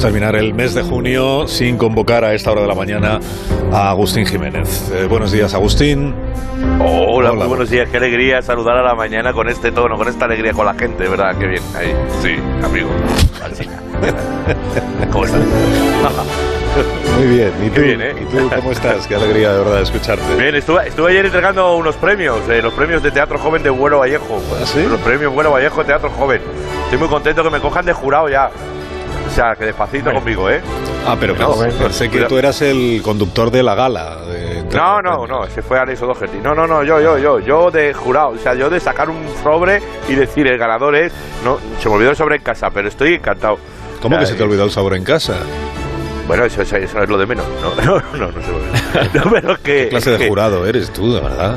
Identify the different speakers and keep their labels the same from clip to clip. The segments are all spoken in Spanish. Speaker 1: terminar el mes de junio sin convocar a esta hora de la mañana a Agustín Jiménez. Eh, buenos días, Agustín.
Speaker 2: Hola, muy buenos días. Qué alegría saludar a la mañana con este tono, con esta alegría con la gente, de ¿verdad? Qué bien. Ahí, sí, amigo. Así. ¿Cómo estás?
Speaker 1: Muy bien, ¿y tú?
Speaker 2: Qué bien, ¿eh?
Speaker 1: ¿Y tú cómo estás? Qué alegría de verdad escucharte.
Speaker 2: Bien, estuve, estuve ayer entregando unos premios, eh, los premios de Teatro Joven de Güero Vallejo. Los premios Güero Vallejo de Teatro Joven. Estoy muy contento que me cojan de jurado ya. O sea, que despacito conmigo, ¿eh?
Speaker 1: Ah, pero
Speaker 2: No,
Speaker 1: pensé, pensé que
Speaker 2: pero-
Speaker 1: tú eras el conductor de la gala. de-
Speaker 2: No, no, no, ese fue Alex O'Doherty. No, no, no, yo, yo, yo, yo de jurado, o sea, yo de sacar un sobre y decir el ganador es. No, se me olvidó el sobre en casa, pero estoy encantado.
Speaker 1: ¿Cómo
Speaker 2: O
Speaker 1: que
Speaker 2: sea,
Speaker 1: se te olvidó el sabor en casa?
Speaker 2: eh, Bueno, eso, eso- eso es lo de menos. No, no, no, no se me olvidó. No, pero que.
Speaker 1: ¿Qué clase de
Speaker 2: que-
Speaker 1: jurado eres tú, de verdad?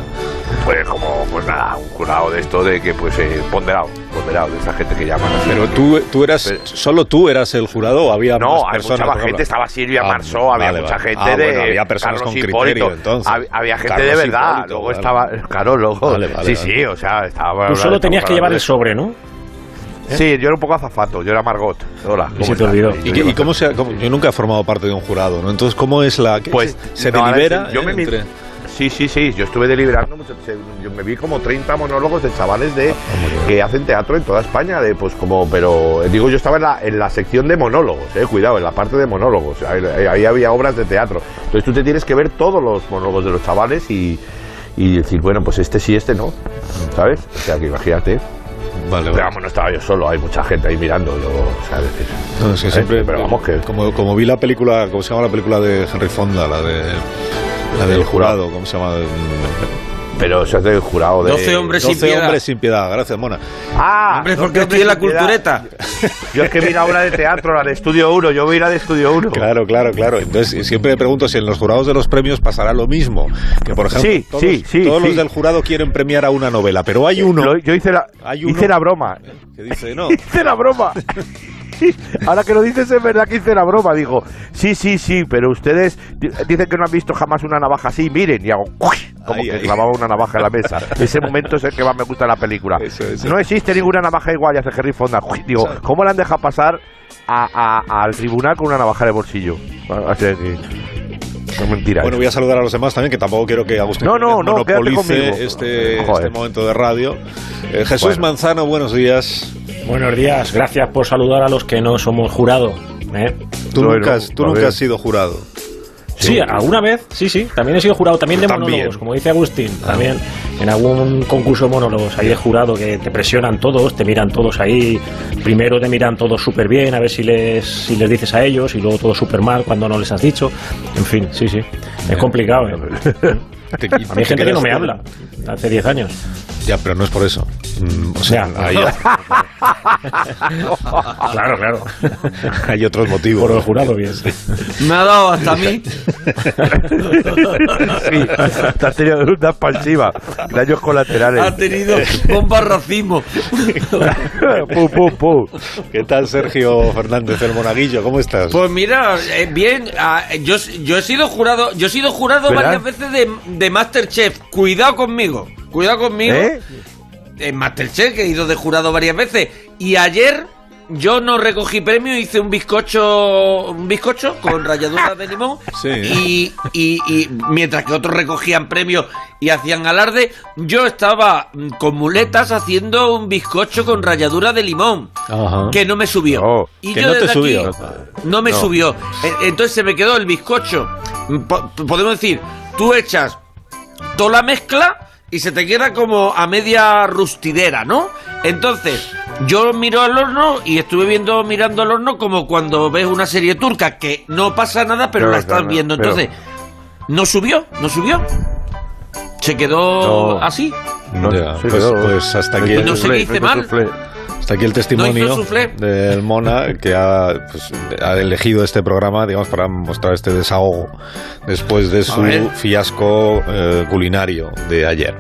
Speaker 2: Pues como, pues nada, un jurado de esto de que, pues, eh, ponderado, ponderado, de esa gente que llaman. así.
Speaker 1: Pero tú, tú eras, solo tú eras el jurado o había
Speaker 2: eh, No,
Speaker 1: más
Speaker 2: hay
Speaker 1: personas.
Speaker 2: mucha
Speaker 1: por
Speaker 2: más
Speaker 1: ejemplo?
Speaker 2: gente, estaba Silvia
Speaker 1: Ah,
Speaker 2: Marsó, había
Speaker 1: vale,
Speaker 2: mucha
Speaker 1: vale.
Speaker 2: gente
Speaker 1: Ah,
Speaker 2: de
Speaker 1: bueno, había personas con
Speaker 2: Carlos
Speaker 1: criterio,
Speaker 2: Hipólito,
Speaker 1: entonces.
Speaker 2: Hab- había gente
Speaker 1: Carlos
Speaker 2: de verdad,
Speaker 1: Hipólito,
Speaker 2: luego
Speaker 1: vale.
Speaker 2: estaba, claro, luego,
Speaker 1: Vale, vale,
Speaker 2: sí,
Speaker 1: vale.
Speaker 2: sí, o sea, estaba...
Speaker 3: Tú solo
Speaker 2: estamos
Speaker 3: tenías que
Speaker 2: hablando
Speaker 3: llevar ¿eh?
Speaker 2: de
Speaker 3: el
Speaker 2: eso.
Speaker 3: sobre, ¿no?
Speaker 2: Sí, yo era un poco azafato, yo era Margot, hola. ¿cómo
Speaker 3: se te
Speaker 2: estás?
Speaker 3: olvidó.
Speaker 1: ¿Y, qué- y cómo se, cómo- yo nunca he formado parte de un jurado, ¿no? Entonces, ¿cómo es la que
Speaker 2: Pues
Speaker 1: se, se
Speaker 2: no, ahora
Speaker 1: delibera?
Speaker 2: sí, Yo
Speaker 1: eh,
Speaker 2: me vi-
Speaker 1: entre-
Speaker 2: Sí, sí, sí, yo estuve deliberando mucho. se- Yo me vi como 30 monólogos de chavales
Speaker 1: Ah,
Speaker 2: de que hacen teatro en toda España, de pues como, pero eh, digo, yo estaba en la, en la sección de monólogos, eh, cuidado, en la parte de monólogos. Ahí, ahí había obras de teatro. Entonces tú te tienes que ver todos los monólogos de los chavales y, y decir, bueno, pues este sí, este no, ¿sabes? O sea, que imagínate.
Speaker 1: Vale,
Speaker 2: Pero
Speaker 1: vale.
Speaker 2: vamos, no estaba yo solo, hay mucha gente ahí mirando, yo, ¿sabes? ¿Eh?
Speaker 1: No, es Eh, que siempre,
Speaker 2: Pero vamos que-
Speaker 1: como, como vi la película, ¿cómo se llama la película de Henry Fonda? La de la del
Speaker 2: El jurado.
Speaker 1: jurado, ¿cómo se llama?
Speaker 2: Pero eso es del jurado de...
Speaker 4: 12 hombres sin
Speaker 1: 12
Speaker 4: piedad.
Speaker 1: hombres sin piedad, gracias, Mona.
Speaker 2: Ah,
Speaker 4: Hombre,
Speaker 2: no,
Speaker 4: porque
Speaker 2: creo
Speaker 4: estoy
Speaker 2: que
Speaker 4: en la
Speaker 2: se queda-
Speaker 4: cultureta.
Speaker 2: Yo es que vi la obra de teatro, la de Estudio 1. Yo voy a ir a de Estudio 1.
Speaker 1: Claro, claro, claro. Entonces, siempre me pregunto si en los jurados de los premios pasará lo mismo. Que, por ejemplo,
Speaker 2: Sí,
Speaker 1: todos,
Speaker 2: sí, sí,
Speaker 1: todos los
Speaker 2: sí.
Speaker 1: del jurado quieren premiar a una novela, pero hay uno
Speaker 2: Lo- yo hice la,
Speaker 1: Hay uno-
Speaker 2: hice la broma.
Speaker 1: que dice, no,
Speaker 2: Hice la broma. Ahora que lo dices, es verdad que hice la broma. Digo, sí, sí, sí, pero ustedes di- dicen que no han visto jamás una navaja así. Miren, y hago ¡cuic! como
Speaker 1: Ahí,
Speaker 2: que
Speaker 1: ahí.
Speaker 2: clavaba una navaja en la mesa. Ese momento es el que más me gusta de la película.
Speaker 1: Eso, eso.
Speaker 2: No existe ninguna navaja igual, y hace Henry Fonda. ¡cuic! Digo, ¿cómo la han dejado pasar a- a- al tribunal con una navaja de bolsillo? Ah, Así que. Es mentira.
Speaker 1: Bueno, voy a saludar a los demás también, que tampoco quiero que Agustín
Speaker 2: No,
Speaker 1: Jiménez
Speaker 2: no, no, quédate
Speaker 1: monopolice
Speaker 2: conmigo.
Speaker 1: este,
Speaker 2: Joder.
Speaker 1: este momento de radio. Eh, Jesús
Speaker 2: Bueno.
Speaker 1: Manzano, buenos días.
Speaker 3: Buenos días, gracias por saludar a los que no somos jurado. ¿eh?
Speaker 1: Tú
Speaker 2: Bueno,
Speaker 1: nunca, has, tú
Speaker 2: a
Speaker 1: nunca
Speaker 2: ver.
Speaker 1: has sido jurado.
Speaker 3: Sí, alguna vez, sí, sí. También he sido jurado, también de
Speaker 1: También.
Speaker 3: monólogos, como dice Agustín. También en algún concurso de monólogos. Ahí he jurado que te presionan todos, te miran todos ahí. Primero te miran todos súper bien, a ver si les, si les dices a ellos, y luego todo súper mal cuando no les has dicho. En fin, sí, sí. Es complicado, ¿eh?
Speaker 1: Te- y
Speaker 3: A mí hay
Speaker 1: te
Speaker 3: gente que
Speaker 1: quedas-
Speaker 3: no me habla. Hace 10 años.
Speaker 1: Ya, pero no es por eso. Mm, o sea,
Speaker 3: Ya.
Speaker 1: hay,
Speaker 3: Claro, claro.
Speaker 1: hay otros motivos.
Speaker 3: Por el jurado, bien.
Speaker 4: Me ha dado hasta a mí.
Speaker 2: Sí, te has tenido una expansiva, daños
Speaker 4: Ha
Speaker 2: colaterales.
Speaker 4: tenido bomba racismo.
Speaker 2: Pum, pum, pum.
Speaker 1: ¿Qué tal, Sergio Fernández, el monaguillo? ¿Cómo estás?
Speaker 4: Pues mira, eh, bien, ah, yo, yo he sido jurado, yo he sido jurado
Speaker 2: ¿Verdad?
Speaker 4: varias veces de, de Masterchef. Cuidado conmigo, cuidado conmigo.
Speaker 2: ¿Eh?
Speaker 4: En Masterchef que he ido de jurado varias veces y ayer yo no recogí premio, hice un bizcocho, un bizcocho con ralladuras de limón
Speaker 1: Sí.
Speaker 4: y, y- y mientras que otros recogían premios y hacían alarde, yo estaba mm, con muletas haciendo un bizcocho con ralladura de limón
Speaker 1: Ajá. Oh,
Speaker 4: que no me subió.
Speaker 2: No,
Speaker 4: y
Speaker 1: que
Speaker 4: yo
Speaker 1: no te
Speaker 4: desde aquí
Speaker 1: subió.
Speaker 4: no me
Speaker 1: No.
Speaker 4: subió. E- Entonces se me quedó el bizcocho. Po- podemos decir, tú echas toda la mezcla y se te queda como a media rustidera, ¿no? Entonces, yo miro al horno y estuve viendo mirando al horno como cuando ves una serie turca, que no pasa nada, pero
Speaker 2: No,
Speaker 4: la
Speaker 2: no,
Speaker 4: estás
Speaker 2: no,
Speaker 4: viendo.
Speaker 2: pero-
Speaker 4: Entonces, no subió, no subió. Se quedó
Speaker 2: No.
Speaker 4: así.
Speaker 1: Ya, pues- pues hasta aquí
Speaker 4: No sé qué hice mal.
Speaker 1: Está aquí el testimonio
Speaker 4: No hizo suflé.
Speaker 1: del Mona que ha, pues, ha elegido este programa, digamos, para mostrar este desahogo después de su
Speaker 4: ver.
Speaker 1: fiasco eh, culinario de ayer.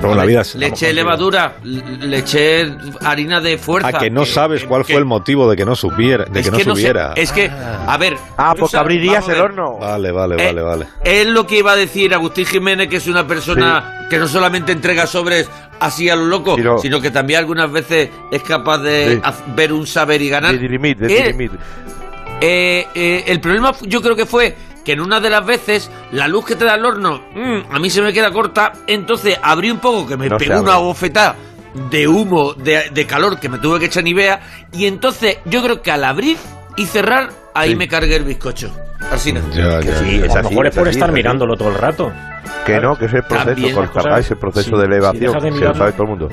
Speaker 1: Pero la vida es-
Speaker 4: Le eché levadura, le le eché harina de fuerza. Eh,
Speaker 1: A Ah, que no sabes cuál fue el motivo de que no supiera, de
Speaker 4: es
Speaker 1: que no
Speaker 4: sé,
Speaker 1: subiera.
Speaker 4: es que, a ver.
Speaker 2: Ah,
Speaker 4: tú
Speaker 2: porque
Speaker 4: sabes-
Speaker 2: abrirías
Speaker 4: vamos a
Speaker 2: el
Speaker 4: ver.
Speaker 2: horno.
Speaker 1: Vale, vale,
Speaker 4: Eh,
Speaker 1: vale, vale.
Speaker 4: Es lo que iba a decir Agustín Jiménez, que es una persona que no solamente entrega sobres así a lo loco,
Speaker 2: Sino-
Speaker 4: sino que también algunas veces es capaz de
Speaker 2: Sí.
Speaker 4: haz- ver un saber y ganar.
Speaker 2: De dirimir, de
Speaker 4: Eh,
Speaker 2: dirimir.
Speaker 4: Eh, eh, el problema fu- yo creo que fue que en una de las veces la luz que te da el horno mm, a mí se me queda corta, entonces abrí un poco que me
Speaker 2: No se
Speaker 4: pegó
Speaker 2: abre.
Speaker 4: una bofetada de humo, de, de calor que me tuve que echar ni vea y entonces yo creo que al abrir y cerrar ahí
Speaker 2: Sí.
Speaker 4: me cargué el bizcocho. Así no.
Speaker 1: Ya,
Speaker 2: Que
Speaker 1: ya,
Speaker 2: sí,
Speaker 1: ya.
Speaker 2: es
Speaker 3: a lo
Speaker 2: así,
Speaker 3: mejor es por
Speaker 2: así,
Speaker 3: estar
Speaker 2: así.
Speaker 3: mirándolo todo el rato.
Speaker 2: Que no, que ese
Speaker 4: También
Speaker 2: proceso,
Speaker 4: las
Speaker 2: cortar
Speaker 3: cosas-
Speaker 2: ese proceso
Speaker 3: si-
Speaker 2: de
Speaker 3: si
Speaker 2: elevación,
Speaker 3: dejas de
Speaker 2: que lo sabe
Speaker 3: mirarlo-
Speaker 2: todo el mundo.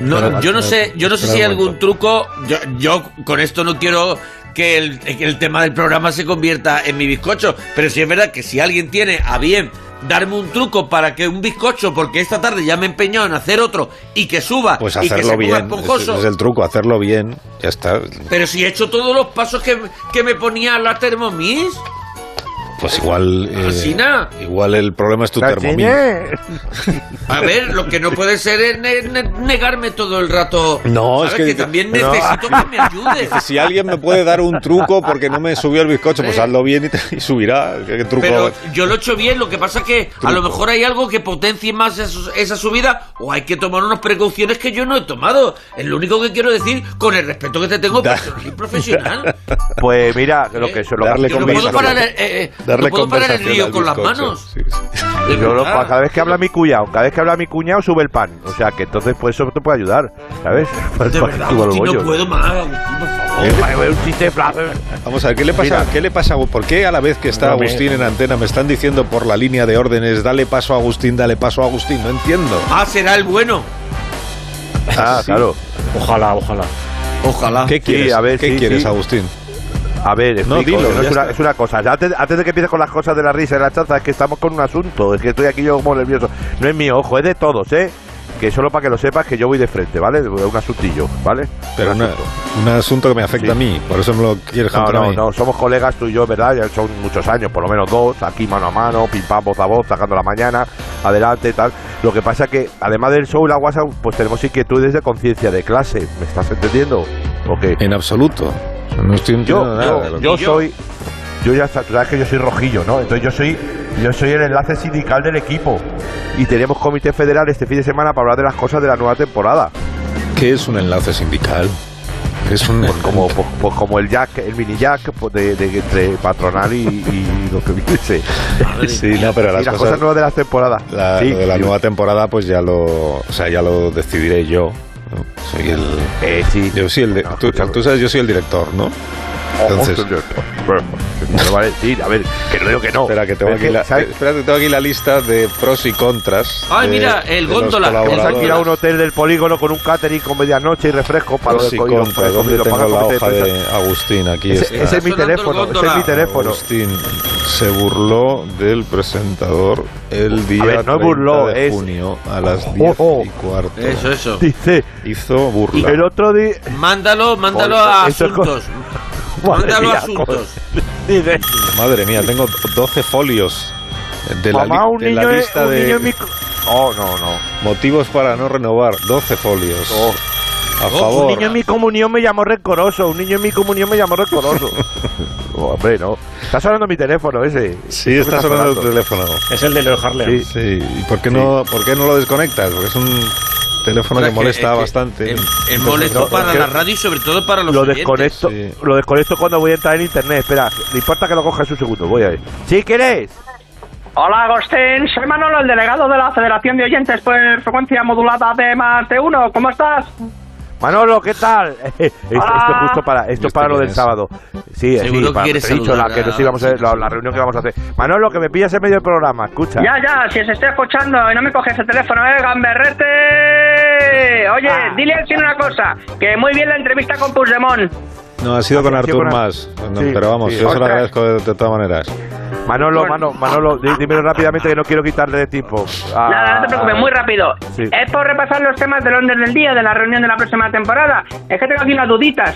Speaker 4: No,
Speaker 1: Espera,
Speaker 4: yo no sé, yo no sé
Speaker 1: espera
Speaker 4: si hay
Speaker 1: un
Speaker 4: algún
Speaker 1: momento.
Speaker 4: truco. Yo, yo con esto no quiero que el, que el tema del programa se convierta en mi bizcocho, pero sí es verdad que si alguien tiene a bien darme un truco para que un bizcocho, porque esta tarde ya me he empeñado en hacer otro y que suba
Speaker 1: Pues
Speaker 4: y que
Speaker 1: hacerlo
Speaker 4: se ponga
Speaker 1: bien. Ese
Speaker 4: esponjoso.
Speaker 1: es el truco, hacerlo bien. Ya está.
Speaker 4: Pero si he hecho todos los pasos que, que me ponía la Thermomix,
Speaker 1: Pues igual. eh,
Speaker 4: Asina.
Speaker 1: igual el problema es tu termomí.
Speaker 4: a ver, lo que no puede ser es ne- ne- negarme todo el rato.
Speaker 1: No, es
Speaker 4: ¿sabes?
Speaker 1: que dice-
Speaker 4: también
Speaker 1: no.
Speaker 4: necesito que me ayudes.
Speaker 1: Si alguien me puede dar un truco porque no me subió el bizcocho, pues hazlo bien y, te- y subirá. ¿Qué, qué truco?
Speaker 4: Pero yo lo he hecho bien, lo que pasa es que a lo
Speaker 1: Truco.
Speaker 4: mejor hay algo que potencie más eso- esa subida o hay que tomar unas precauciones que yo no he tomado. Es lo único que quiero decir con el respeto que te tengo
Speaker 1: Da-
Speaker 4: personal y profesional.
Speaker 2: Pues mira,
Speaker 4: ¿Eh?
Speaker 2: lo que lo que
Speaker 1: Darle
Speaker 4: Yo no
Speaker 1: conversación.
Speaker 4: puedo parar el, eh, eh,
Speaker 1: Darle
Speaker 4: no puedo parar el
Speaker 1: conversación
Speaker 4: río
Speaker 1: al
Speaker 4: con las
Speaker 1: bizcocho.
Speaker 4: manos.
Speaker 1: Sí, sí.
Speaker 4: De
Speaker 2: Yo lo-
Speaker 4: verdad.
Speaker 2: cada vez que habla mi cuñado, cada vez que habla mi cuñado sube el pan. O sea que entonces pues eso te puede ayudar, ¿sabes?
Speaker 4: De verdad,
Speaker 2: Suba el
Speaker 4: Agustín, no
Speaker 2: bollo.
Speaker 4: puedo más, Agustín, por favor.
Speaker 2: Hombre, un chiste flaco.
Speaker 1: Vamos a ver, ¿qué le pasa?
Speaker 2: Mira.
Speaker 1: ¿Qué le pasa? ¿Por qué a la vez que está
Speaker 3: No me-
Speaker 1: Agustín en antena me están diciendo por la línea de órdenes, dale paso a Agustín, dale paso a Agustín? No entiendo.
Speaker 4: Ah, será el bueno.
Speaker 2: Ah, claro.
Speaker 3: Ojalá, ojalá.
Speaker 4: Ojalá.
Speaker 1: ¿Qué quieres,
Speaker 2: a ver,
Speaker 1: ¿Qué
Speaker 2: sí,
Speaker 1: quieres
Speaker 2: sí.
Speaker 1: Agustain?
Speaker 2: A ver,
Speaker 1: No,
Speaker 2: explico, que no,
Speaker 1: dilo, ya
Speaker 2: es, una,
Speaker 1: está.
Speaker 2: es una cosa. Antes, antes de que empieces con las cosas de la risa y la chanza, es que estamos con un asunto. Es que estoy aquí yo como nervioso. No es mío, ojo, es de todos, ¿eh? Que solo para que lo sepas que yo voy de frente, ¿vale? Un asuntillo, ¿vale?
Speaker 1: Pero
Speaker 2: Un
Speaker 1: una-
Speaker 2: asunto.
Speaker 1: un asunto que me afecta
Speaker 2: Sí.
Speaker 1: a mí, por eso me lo quieres
Speaker 2: No,
Speaker 1: contar a
Speaker 2: no,
Speaker 1: mí.
Speaker 2: no, somos colegas tú y yo, ¿verdad? Ya son muchos años, por lo menos dos, aquí mano a mano, pim pam, voz a voz, sacando la mañana, adelante, tal. Lo que pasa que, además del show y la WhatsApp, pues tenemos inquietudes de conciencia, de clase. ¿Me estás entendiendo? ¿O qué?
Speaker 1: En absoluto. No estoy
Speaker 2: Yo,
Speaker 1: entendiendo nada. de lo
Speaker 2: yo,
Speaker 1: que-
Speaker 2: yo
Speaker 4: Y yo.
Speaker 2: soy. Yo ya sa- tú sabes que yo soy rojillo, ¿no? Entonces yo soy, yo soy el enlace sindical del equipo. Y tenemos comité federal este fin de semana para hablar de las cosas de la nueva temporada.
Speaker 1: ¿Qué es un enlace sindical? Es un...
Speaker 2: Como, pues, pues como el Jack, el mini Jack pues, de, de- entre patronal y, y lo que dice.
Speaker 1: Sí, no, pero
Speaker 2: Y
Speaker 1: las
Speaker 2: las
Speaker 1: cosas...
Speaker 2: cosas nuevas de las temporadas.
Speaker 1: la-
Speaker 2: Sí,
Speaker 1: lo de la
Speaker 2: sí.
Speaker 1: nueva temporada pues ya lo... O sea, ya lo decidiré yo. ¿no? Soy el...
Speaker 2: Eh, sí.
Speaker 1: Yo soy el... de-
Speaker 2: No,
Speaker 1: tú,
Speaker 2: escúchame.
Speaker 1: tú sabes, yo soy el director, ¿no? Entonces...
Speaker 2: Bueno, vale, sí, a ver, que no digo que no.
Speaker 1: Espera, que tengo
Speaker 2: Pero es
Speaker 1: aquí la, eh,
Speaker 2: ¿sabes?
Speaker 1: espera, que tengo aquí la lista de pros y contras.
Speaker 4: Ay,
Speaker 1: de-
Speaker 4: mira, el
Speaker 1: de los
Speaker 4: góndola.
Speaker 2: Hemos
Speaker 1: colaboradores.
Speaker 2: alquilado un hotel del polígono con un catering con medianoche y refrescos para
Speaker 1: Pros
Speaker 2: los
Speaker 1: y
Speaker 2: de COVID, los-
Speaker 1: contras. ¿Dónde
Speaker 2: los
Speaker 1: tengo
Speaker 2: pagan
Speaker 1: la
Speaker 2: comité
Speaker 1: hoja
Speaker 2: prensa.
Speaker 1: de Agustín? Aquí
Speaker 2: Ese,
Speaker 1: está.
Speaker 2: ese es mi
Speaker 4: Sonando el
Speaker 2: teléfono, ese es
Speaker 4: góndola.
Speaker 2: mi teléfono.
Speaker 1: Agustín se burló del presentador el día
Speaker 2: ver, no
Speaker 1: 30
Speaker 2: burló,
Speaker 1: de
Speaker 2: es- Oh,
Speaker 1: junio a las
Speaker 2: Ojo.
Speaker 1: 10 y cuarto.
Speaker 4: Eso, eso.
Speaker 2: Dice,
Speaker 1: Hizo burla.
Speaker 2: el otro día...
Speaker 4: Mándalo, mándalo
Speaker 2: Joder,
Speaker 4: a
Speaker 2: esto es co-
Speaker 4: asuntos. Mándalo a asuntos.
Speaker 2: Dice,
Speaker 1: Madre mía, tengo 12 folios de la,
Speaker 2: mamá,
Speaker 1: li-
Speaker 2: un
Speaker 1: de la
Speaker 2: niño, es-
Speaker 1: lista
Speaker 2: un
Speaker 1: de
Speaker 2: niño en mi... cu- Oh, no, no.
Speaker 1: motivos para no renovar. 12 folios.
Speaker 2: Oh.
Speaker 1: A
Speaker 4: Oh,
Speaker 1: favor.
Speaker 2: Un niño en mi comunión me llamó rencoroso. Un niño en mi comunión me llamó rencoroso. Oh, hombre, no. Está sonando mi teléfono ese.
Speaker 1: Sí, está sonando el teléfono.
Speaker 3: Es el de Leo Harlem.
Speaker 2: Sí.
Speaker 1: Sí, ¿y por qué, no, por qué no lo desconectas? Porque es un teléfono
Speaker 4: Ostras,
Speaker 1: que
Speaker 4: que-
Speaker 1: molesta
Speaker 4: es que-
Speaker 1: bastante.
Speaker 4: Es, es molesto
Speaker 2: no,
Speaker 4: para
Speaker 2: es que-
Speaker 4: la radio y sobre todo para los
Speaker 2: Lo
Speaker 4: oyentes.
Speaker 2: desconecto,
Speaker 1: Sí.
Speaker 2: lo desconecto cuando voy a entrar en internet. Espera, no importa que lo cojas un segundo. Voy a ir. ¿Sí quieres?
Speaker 5: Hola Agustín, soy Manolo, el delegado de la Federación de Oyentes por frecuencia modulada de más de uno. ¿Cómo estás?
Speaker 2: Manolo, ¿qué tal? esto, esto es justo para,
Speaker 1: ¿Y
Speaker 2: esto
Speaker 1: este
Speaker 2: es para lo
Speaker 1: quién
Speaker 2: del
Speaker 1: es?
Speaker 2: sábado. Sí, eh,
Speaker 4: Seguro
Speaker 2: sí,
Speaker 4: que
Speaker 2: para,
Speaker 4: quieres
Speaker 2: te he dicho la,
Speaker 4: saludar
Speaker 2: que nos
Speaker 4: a-
Speaker 2: íbamos a- la, la reunión que vamos a hacer. Manolo, que me pillas en medio del programa, escucha.
Speaker 5: Ya, ya, si se está escuchando y no me coges el teléfono, ¿eh, gamberrete? Oye,
Speaker 2: Ah.
Speaker 5: dile a Agustín una cosa, que muy bien la entrevista con Puigdemont.
Speaker 1: No, ha sido con
Speaker 2: ha sido
Speaker 1: Artur
Speaker 2: con Ar-
Speaker 1: más. No,
Speaker 2: Sí,
Speaker 1: pero vamos, yo
Speaker 2: sí.
Speaker 1: se lo
Speaker 5: Ostras.
Speaker 1: agradezco de, de todas maneras.
Speaker 2: Manolo,
Speaker 5: Bueno.
Speaker 2: Manolo, Manolo, di- dímelo rápidamente que no quiero quitarle de tiempo. Ah,
Speaker 5: Nada, no te preocupes, muy rápido.
Speaker 2: Sí.
Speaker 5: Es por repasar los temas del orden del día de la reunión de la próxima temporada. Es que tengo aquí unas duditas.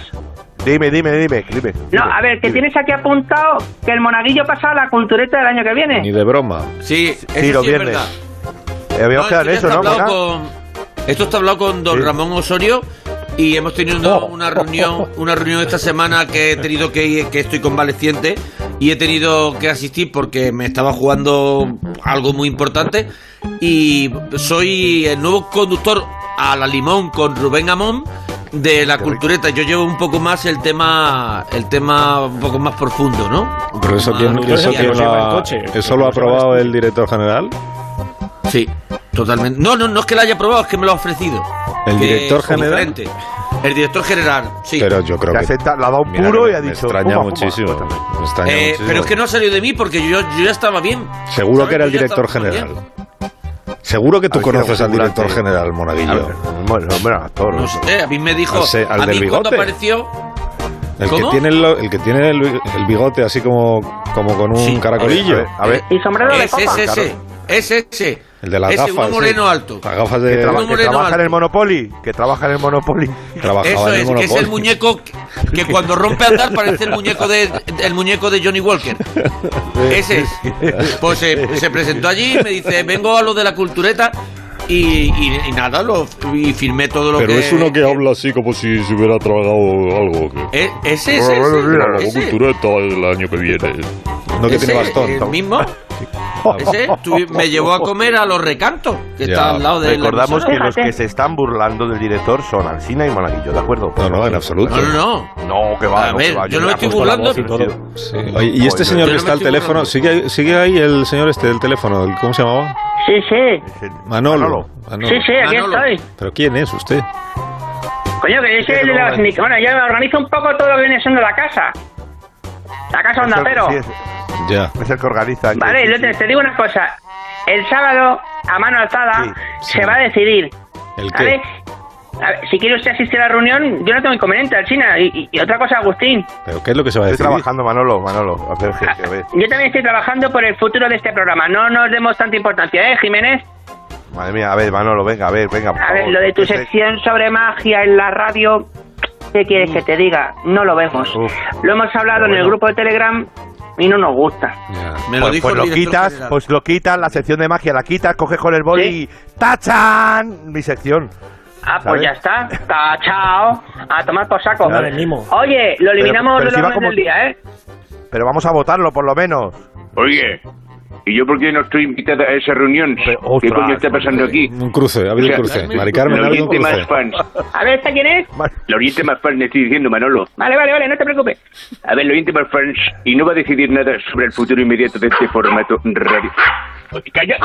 Speaker 2: Dime, dime, dime, dime.
Speaker 5: No,
Speaker 2: dime,
Speaker 5: a ver, que
Speaker 2: dime.
Speaker 5: tienes aquí apuntado que el monaguillo pasa a la cultureta del año que viene.
Speaker 1: Ni de broma.
Speaker 4: Sí, eso sí,
Speaker 2: los
Speaker 4: es
Speaker 2: viernes.
Speaker 4: verdad.
Speaker 2: Eh, habíamos quedado en
Speaker 4: esto
Speaker 2: eso,
Speaker 4: ya
Speaker 2: ¿no?
Speaker 4: está hablado
Speaker 2: Mona?
Speaker 4: con- esto está hablado con don
Speaker 2: Sí. Oh.
Speaker 4: Ramón Osorio y hemos tenido una, una reunión una reunión esta semana que he tenido que ir- que estoy convaleciente y he tenido que asistir porque me estaba jugando algo muy importante y soy el nuevo conductor a la limón con Rubén Amón de la cultureta. Yo llevo un poco más el tema, el tema un poco más profundo, Ah, ¿no?
Speaker 1: Pero
Speaker 4: Un poco
Speaker 1: eso,
Speaker 4: más
Speaker 1: quién-
Speaker 3: no,
Speaker 1: eso,
Speaker 3: no,
Speaker 1: quién
Speaker 3: no,
Speaker 1: lo
Speaker 3: no,
Speaker 1: ha-
Speaker 3: no, coche.
Speaker 1: ¿eso lo ha aprobado el director general?
Speaker 4: Sí, totalmente. No, no, no es que la haya probado, es que me lo ha ofrecido.
Speaker 1: ¿El
Speaker 4: Que
Speaker 1: director
Speaker 4: es
Speaker 1: general?
Speaker 4: diferente. El director general, sí. Eh,
Speaker 1: Pero yo creo
Speaker 2: La
Speaker 1: que...
Speaker 2: acepta, la ha dado
Speaker 1: mira,
Speaker 2: puro
Speaker 1: que
Speaker 2: y ha
Speaker 1: me
Speaker 2: dicho.
Speaker 1: extraña
Speaker 2: "Fuma, fuma".
Speaker 1: muchísimo.
Speaker 2: Cuéntame.
Speaker 1: me extraña
Speaker 4: Eh,
Speaker 1: muchísimo.
Speaker 4: pero es que no ha salido de mí porque yo, yo ya estaba bien.
Speaker 1: Seguro que era el
Speaker 4: ¿Sabes? Yo
Speaker 1: director
Speaker 4: ya estaba bien.
Speaker 1: general. Seguro que tú
Speaker 2: A ver si
Speaker 1: conoces
Speaker 2: era
Speaker 1: al director
Speaker 2: figurante.
Speaker 1: general,
Speaker 2: A
Speaker 1: Monaguillo.
Speaker 2: ver, Bueno, hombre, actor.
Speaker 4: No sé, a mí me dijo.
Speaker 1: Al se- al
Speaker 4: a mí
Speaker 1: del
Speaker 4: cuando
Speaker 1: bigote.
Speaker 4: apareció.
Speaker 1: El que,
Speaker 4: ¿Cómo?
Speaker 1: tiene el, el que tiene el, el bigote así como, como con un
Speaker 4: Sí.
Speaker 1: caracolillo.
Speaker 2: A ver, a ver,
Speaker 5: Y sombrero de
Speaker 4: Es
Speaker 5: copa.
Speaker 4: ese, ese. Es ese.
Speaker 1: El de las
Speaker 4: ese,
Speaker 1: gafas.
Speaker 4: Uno moreno
Speaker 1: sí.
Speaker 4: alto.
Speaker 1: Las gafas
Speaker 2: que,
Speaker 1: de...
Speaker 2: traba-
Speaker 4: un
Speaker 2: que
Speaker 4: moreno
Speaker 2: trabaja en el
Speaker 4: alto.
Speaker 2: Monopoly. Que trabaja en el Monopoly.
Speaker 1: Trabajaba
Speaker 4: Eso
Speaker 1: en el
Speaker 4: es, que es
Speaker 1: Monopoly.
Speaker 4: el muñeco que- que cuando rompe a dar parece el muñeco de el muñeco de Johnny Walker. Ese es. Pues se, se presentó allí y me dice, vengo a lo de la cultureta y, y- y nada, lo, y firmé todo lo
Speaker 6: Pero
Speaker 4: que...
Speaker 6: es uno que habla así como si se hubiera tragado algo. Que...
Speaker 4: Eh, ese, ese,
Speaker 2: Bueno,
Speaker 4: ese,
Speaker 2: bueno,
Speaker 6: Como
Speaker 4: ese,
Speaker 6: cultureta el año que viene.
Speaker 1: No que tiene
Speaker 4: ese,
Speaker 1: bastón.
Speaker 4: el mismo. Ese tuvi- me llevó a comer a los recantos, que
Speaker 1: Ya,
Speaker 4: está al lado de la
Speaker 2: Recordamos que
Speaker 4: emisora.
Speaker 2: los que se están burlando del director son Alsina y Monaguillo, ¿de acuerdo?
Speaker 1: No, no, en absoluto.
Speaker 4: No, no, no.
Speaker 2: No, que va.
Speaker 4: A
Speaker 2: no,
Speaker 4: ver,
Speaker 2: que va,
Speaker 4: yo no me estoy
Speaker 2: le apuesto la voz
Speaker 3: burlando.
Speaker 2: y todo.
Speaker 1: Sí. Oye, y este
Speaker 2: Oye,
Speaker 1: señor
Speaker 4: yo
Speaker 1: que
Speaker 4: no
Speaker 1: está
Speaker 4: me
Speaker 1: al
Speaker 4: estoy
Speaker 1: teléfono,
Speaker 4: burlando.
Speaker 1: ¿sigue, ¿sigue ahí el señor este del teléfono? el- ¿Cómo se llamaba?
Speaker 5: Sí, sí.
Speaker 1: Manolo. Manolo.
Speaker 5: Sí, sí, aquí
Speaker 4: Manolo.
Speaker 5: estoy.
Speaker 1: ¿Pero quién es usted?
Speaker 5: Coño, que yo soy el de la sindic- Bueno, yo organizo un poco todo lo que viene siendo la casa. La casa
Speaker 2: Es
Speaker 5: onda
Speaker 2: el-
Speaker 5: pero.
Speaker 2: sí, es,
Speaker 1: Ya.
Speaker 2: es el que organiza.
Speaker 5: Vale,
Speaker 2: Sí, sí,
Speaker 5: yo te, te digo una cosa. El sábado, a mano alzada,
Speaker 2: Sí,
Speaker 1: sí.
Speaker 5: se va a decidir.
Speaker 1: ¿El qué?
Speaker 5: ¿Vale? A ver, si quiere usted asistir a la reunión, yo no tengo inconveniente, Alcina. Y, y- y otra cosa, Agustín.
Speaker 1: ¿Pero qué es lo que se va a
Speaker 2: Estoy
Speaker 1: decir?
Speaker 2: trabajando, Manolo, Manolo. A ver, que- que ves.
Speaker 5: Yo también estoy trabajando por el futuro de este programa. No nos demos tanta importancia, ¿eh, Jiménez?
Speaker 2: Madre mía, a ver, Manolo, venga, a ver, venga. por
Speaker 5: A ver,
Speaker 2: favor.
Speaker 5: lo de tu
Speaker 2: Este-
Speaker 5: sección sobre magia en la radio, ¿qué quieres que te diga? No lo vemos.
Speaker 2: Uf.
Speaker 5: Lo hemos hablado en el
Speaker 2: Bueno.
Speaker 5: grupo de Telegram y no nos gusta.
Speaker 1: Ya.
Speaker 4: Me lo
Speaker 2: Pues,
Speaker 4: dijo
Speaker 2: pues
Speaker 4: el
Speaker 2: lo
Speaker 4: director
Speaker 2: quitas,
Speaker 4: general.
Speaker 2: pues lo quitas, la sección de magia la quitas, coges con el boli
Speaker 5: Sí.
Speaker 2: y ¡tachan! Mi sección.
Speaker 5: Ah,
Speaker 2: ¿Sabes?
Speaker 5: pues ya está. Ta, chao. A tomar por saco.
Speaker 3: Nada de mimo.
Speaker 5: Oye, lo eliminamos
Speaker 2: pero
Speaker 5: de
Speaker 2: si
Speaker 5: los
Speaker 2: va
Speaker 5: orden
Speaker 2: como-
Speaker 5: del día, ¿eh?
Speaker 2: Pero vamos a votarlo, por lo menos.
Speaker 7: Oye, ¿y yo por qué no estoy invitada a esa reunión?
Speaker 2: Pero,
Speaker 7: ¿Qué
Speaker 2: ostras,
Speaker 7: coño está pasando aquí?
Speaker 1: Un cruce, ha habido un
Speaker 7: O sea,
Speaker 1: cruce. Mari Carmen, ha
Speaker 7: la
Speaker 1: habido un
Speaker 7: oyente
Speaker 1: cruce.
Speaker 7: más fans.
Speaker 5: A ver, ¿esta quién es?
Speaker 2: Más-
Speaker 7: La oyente más fans le estoy diciendo, Manolo.
Speaker 5: Vale, vale, vale, no te preocupes.
Speaker 7: A ver, la oyente más fans y no va a decidir nada sobre el futuro inmediato de este formato radio. Pues, ¡Calla!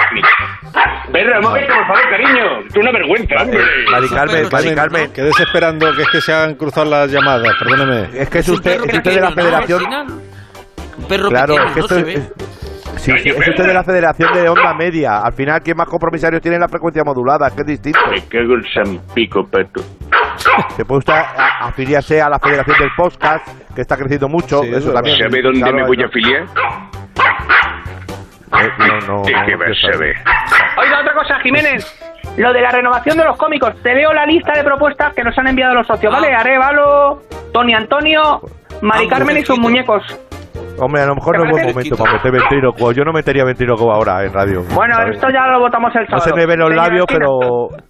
Speaker 7: Perra, móvete, por favor, cariño. Es una vergüenza, hombre.
Speaker 2: Mari Carmen,
Speaker 4: perro
Speaker 2: Mari
Speaker 4: chico,
Speaker 2: Carmen.
Speaker 1: Quedes esperando que es que se hagan cruzado las llamadas, perdóneme.
Speaker 2: Es que es
Speaker 4: un
Speaker 2: usted,
Speaker 4: perro
Speaker 2: es usted de la
Speaker 4: pequeño, ¿no,
Speaker 2: Federación.
Speaker 4: Alsina? Un perro
Speaker 2: Claro,
Speaker 4: pequeño,
Speaker 2: es que
Speaker 4: no
Speaker 2: esto
Speaker 4: se
Speaker 2: es.
Speaker 4: ve.
Speaker 2: es- sí, sí, es usted de la Federación de Onda Media. Al final, ¿quién más compromisarios tiene la frecuencia modulada? Es que es distinto.
Speaker 7: Me cago en San Pico, pato.
Speaker 2: Se puede usted a- a- afiliarse a la Federación del Podcast, que está creciendo mucho.
Speaker 1: Sí, es
Speaker 2: eso
Speaker 1: verdad.
Speaker 2: también.
Speaker 7: ¿Sabe dónde
Speaker 2: Claro,
Speaker 7: me voy a
Speaker 2: eso-
Speaker 7: afiliar?
Speaker 2: Eh, No, no,
Speaker 7: ¿De
Speaker 2: no,
Speaker 7: qué
Speaker 2: no,
Speaker 7: va a saber?
Speaker 5: Oiga, otra cosa, Jiménez. Lo de la renovación de los cómicos. Te leo la lista de propuestas que nos han enviado los socios, ¿vale?
Speaker 4: Ah.
Speaker 5: Arevalo, Tony Antonio, Mari
Speaker 4: Ah,
Speaker 5: Carmen y sus
Speaker 4: pobrecito.
Speaker 5: muñecos.
Speaker 2: Hombre, a lo mejor
Speaker 5: ¿Te
Speaker 2: no es buen
Speaker 5: parece
Speaker 2: momento
Speaker 4: desquito?
Speaker 2: para meter ventrílocuo. Yo no metería ventrílocuo ahora en radio.
Speaker 5: Bueno,
Speaker 2: ¿sabes?
Speaker 5: esto ya lo votamos el
Speaker 2: No
Speaker 5: sábado.
Speaker 2: se me ven los
Speaker 5: Señor
Speaker 2: labios,
Speaker 5: Alsina.
Speaker 2: pero.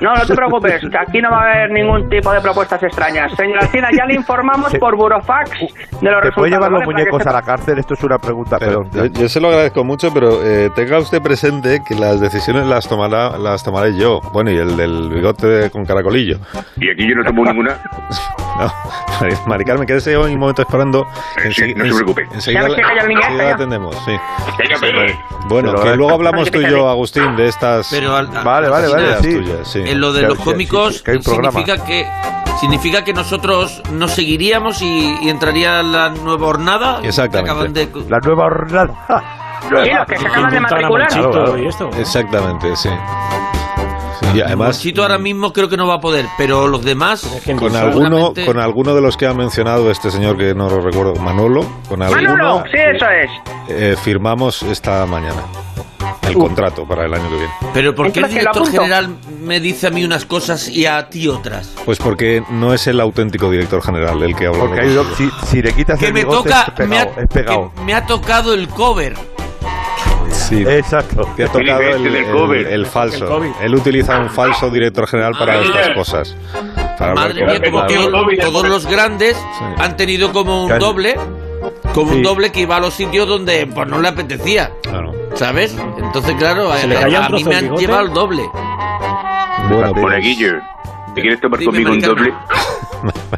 Speaker 5: No, no te preocupes, que aquí no va a haber ningún tipo de propuestas extrañas. Señora Alcina, ya le informamos
Speaker 2: Se-
Speaker 5: por Burofax de los
Speaker 2: Uh, ¿Te puede llevar los
Speaker 5: ¿vale? Para que
Speaker 2: muñecos
Speaker 5: sepa.
Speaker 2: a la cárcel? Esto es una pregunta,
Speaker 1: Pero,
Speaker 2: perdón.
Speaker 1: yo, yo se lo agradezco mucho, pero eh, tenga usted presente que las decisiones las tomará, las tomaré yo. Bueno, y el del bigote de- con caracolillo.
Speaker 7: Y aquí yo no tomo ninguna.
Speaker 1: No, Mari- Mari Carmen, quédese un momento esperando.
Speaker 7: Eh, sí,
Speaker 1: Ensegui-
Speaker 7: no se
Speaker 1: ens-
Speaker 7: preocupe.
Speaker 1: Enseguida,
Speaker 5: Ya me checa ya el niño,
Speaker 1: enseguida
Speaker 5: ya.
Speaker 1: la atendemos, sí.
Speaker 7: ¡Calla, perra!
Speaker 1: Bueno,
Speaker 2: Pero
Speaker 1: que
Speaker 2: ahora-
Speaker 1: luego hablamos tú y yo, Agustín, de estas...
Speaker 4: Pero al- al-
Speaker 2: Vale, vale,
Speaker 4: Alsina,
Speaker 2: vale,
Speaker 1: ideas
Speaker 2: sí.
Speaker 1: tuyas, sí.
Speaker 4: En lo de
Speaker 2: Claro,
Speaker 4: los
Speaker 2: sí,
Speaker 4: cómicos
Speaker 2: sí, sí, que hay un programa.
Speaker 4: significa que significa que nosotros nos seguiríamos y, y entraría la nueva hornada. que
Speaker 1: Exactamente.
Speaker 4: acaban de-
Speaker 2: La nueva hornada.
Speaker 5: Sí, los que se acaban
Speaker 3: Inventan
Speaker 5: de
Speaker 3: a
Speaker 5: matricular.
Speaker 3: Monchito
Speaker 2: Claro, claro.
Speaker 3: y esto.
Speaker 1: Exactamente, sí. Sí, Y además...
Speaker 4: Monchito Pues ahora mismo creo que no va a poder, pero los demás
Speaker 3: que
Speaker 1: Con
Speaker 3: Solamente-
Speaker 1: alguno,
Speaker 4: seguramente-
Speaker 1: con alguno de los que ha mencionado este señor que no lo recuerdo, Manolo, con alguno
Speaker 5: Manolo, sí, eso es.
Speaker 1: eh, firmamos esta mañana el contrato para el año que viene.
Speaker 4: Pero ¿por qué el
Speaker 5: Entonces, que lo
Speaker 4: director
Speaker 5: apunto.
Speaker 4: general me dice a mí unas cosas y a ti otras?
Speaker 1: Pues porque no es el auténtico director general el que habla.
Speaker 2: Porque hay dos- si, si le quitas
Speaker 4: Que
Speaker 2: el
Speaker 4: me
Speaker 2: bigote,
Speaker 4: toca,
Speaker 2: es
Speaker 4: me
Speaker 2: pegado.
Speaker 4: ha,
Speaker 2: es pegado.
Speaker 4: que me ha tocado el cover.
Speaker 1: Sí,
Speaker 2: Exacto.
Speaker 1: te ha tocado
Speaker 7: El
Speaker 1: el,
Speaker 7: del
Speaker 1: el-
Speaker 7: COVID.
Speaker 1: el
Speaker 3: El
Speaker 1: falso.
Speaker 3: COVID.
Speaker 1: Él utiliza un falso director general para
Speaker 7: Madre
Speaker 1: estas
Speaker 7: mía.
Speaker 1: cosas. Para hablar
Speaker 4: Ah, Madre
Speaker 1: con-
Speaker 4: mía, como
Speaker 1: Claro.
Speaker 4: que
Speaker 7: Claro.
Speaker 4: todos- todos los grandes
Speaker 1: Sí.
Speaker 4: han tenido como un
Speaker 2: Claro.
Speaker 4: doble, como
Speaker 2: Sí.
Speaker 4: un doble que iba a los sitios donde pues no le apetecía.
Speaker 1: Claro.
Speaker 4: ¿Sabes? Entonces, claro,
Speaker 3: ¿Se
Speaker 4: a,
Speaker 3: le caía un
Speaker 4: a mí
Speaker 3: trozo
Speaker 4: me
Speaker 3: el
Speaker 4: han
Speaker 3: bigote?
Speaker 4: llevado el doble.
Speaker 1: Bueno, pues,
Speaker 7: Monaguillo. ¿Te quieres tomar
Speaker 4: Dime,
Speaker 7: conmigo un doble?
Speaker 4: Maricarmen.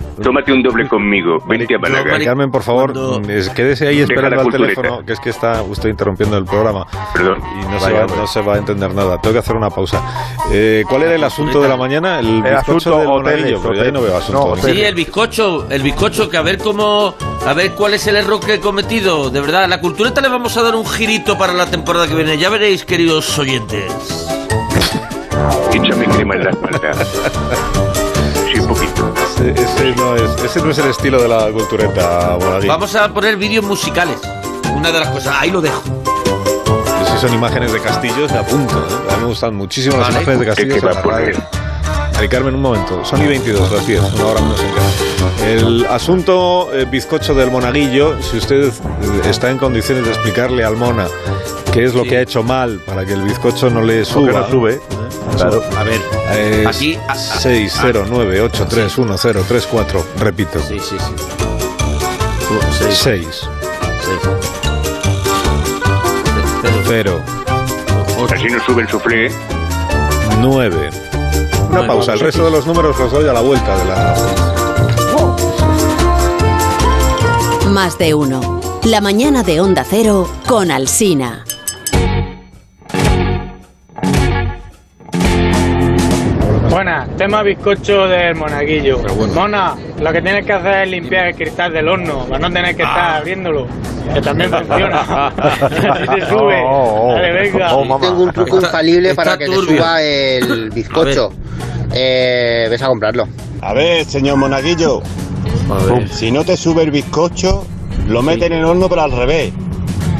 Speaker 7: Tómate un doble conmigo. Vente a Málaga.
Speaker 1: Mari Carmen, por favor,
Speaker 4: Cuando-
Speaker 1: es- quédese ahí
Speaker 7: Deja
Speaker 1: esperando
Speaker 7: la
Speaker 1: al
Speaker 7: cultureta.
Speaker 1: teléfono, que es que está usted interrumpiendo el programa.
Speaker 7: Perdón.
Speaker 1: Y no, se
Speaker 2: Vaya,
Speaker 1: va,
Speaker 2: hombre.
Speaker 1: no se va a entender nada. Tengo que hacer una pausa. Eh, ¿Cuál era el asunto de la mañana? El,
Speaker 2: El
Speaker 1: bizcocho
Speaker 2: asunto
Speaker 1: del
Speaker 2: hoteles,
Speaker 1: monaguillo, pero yo ahí no veo asunto.
Speaker 2: No,
Speaker 1: ningún.
Speaker 2: hoteles.
Speaker 4: Sí, el bizcocho, el bizcocho, que a ver cómo, a ver cuál es el error que he cometido. De verdad, a la cultureta le vamos a dar un girito para la temporada que viene. Ya veréis, queridos oyentes.
Speaker 7: Échame crema en la espalda. Sí, un poquito.
Speaker 1: Ese, ese no es, ese no es el estilo de la cultureta, monaguillo.
Speaker 4: Vamos a poner vídeos musicales. Una de las cosas, ahí lo dejo.
Speaker 1: Yo Pues si son imágenes de castillos, me apunto. ¿eh? A mí me gustan muchísimo las
Speaker 4: Vale.
Speaker 1: imágenes de
Speaker 7: ¿Qué,
Speaker 1: castillos.
Speaker 7: qué va
Speaker 1: en la
Speaker 7: a poner?
Speaker 1: radio. Mari Carmen, un momento. Son y 22, las 10, una hora menos en Canarias. El asunto eh, bizcocho del monaguillo, si usted eh, está en condiciones de explicarle al mona qué es lo
Speaker 4: Sí.
Speaker 1: que ha hecho mal para que el bizcocho no le suba.
Speaker 2: Porque
Speaker 1: ¿Eh?
Speaker 2: no sube. Claro.
Speaker 4: A ver,
Speaker 1: Es
Speaker 4: Aquí, a- a-
Speaker 1: 609831034, repito.
Speaker 4: sí, sí, sí.
Speaker 1: 6 0
Speaker 7: Así no sube el suflé, ¿eh?
Speaker 1: 9 Una
Speaker 4: Bueno,
Speaker 1: pausa, el
Speaker 4: sí.
Speaker 1: resto de los números los doy a la vuelta de la
Speaker 8: Más de uno. La mañana de Onda Cero con Alsina.
Speaker 9: Buena, tema bizcocho del monaguillo. Mona, lo que tienes que hacer es limpiar el cristal del horno, para no tener que estar abriéndolo, que también funciona. Así se sube.
Speaker 2: Oh, oh,
Speaker 9: Dale, venga.
Speaker 2: oh, mamá.
Speaker 10: Tengo un truco
Speaker 4: Está-
Speaker 10: infalible
Speaker 4: está
Speaker 10: para que te
Speaker 4: turbio.
Speaker 10: suba el bizcocho. Eh, ves a comprarlo.
Speaker 11: A ver, señor Monaguillo, si no te sube el bizcocho, lo meten en el horno pero al revés,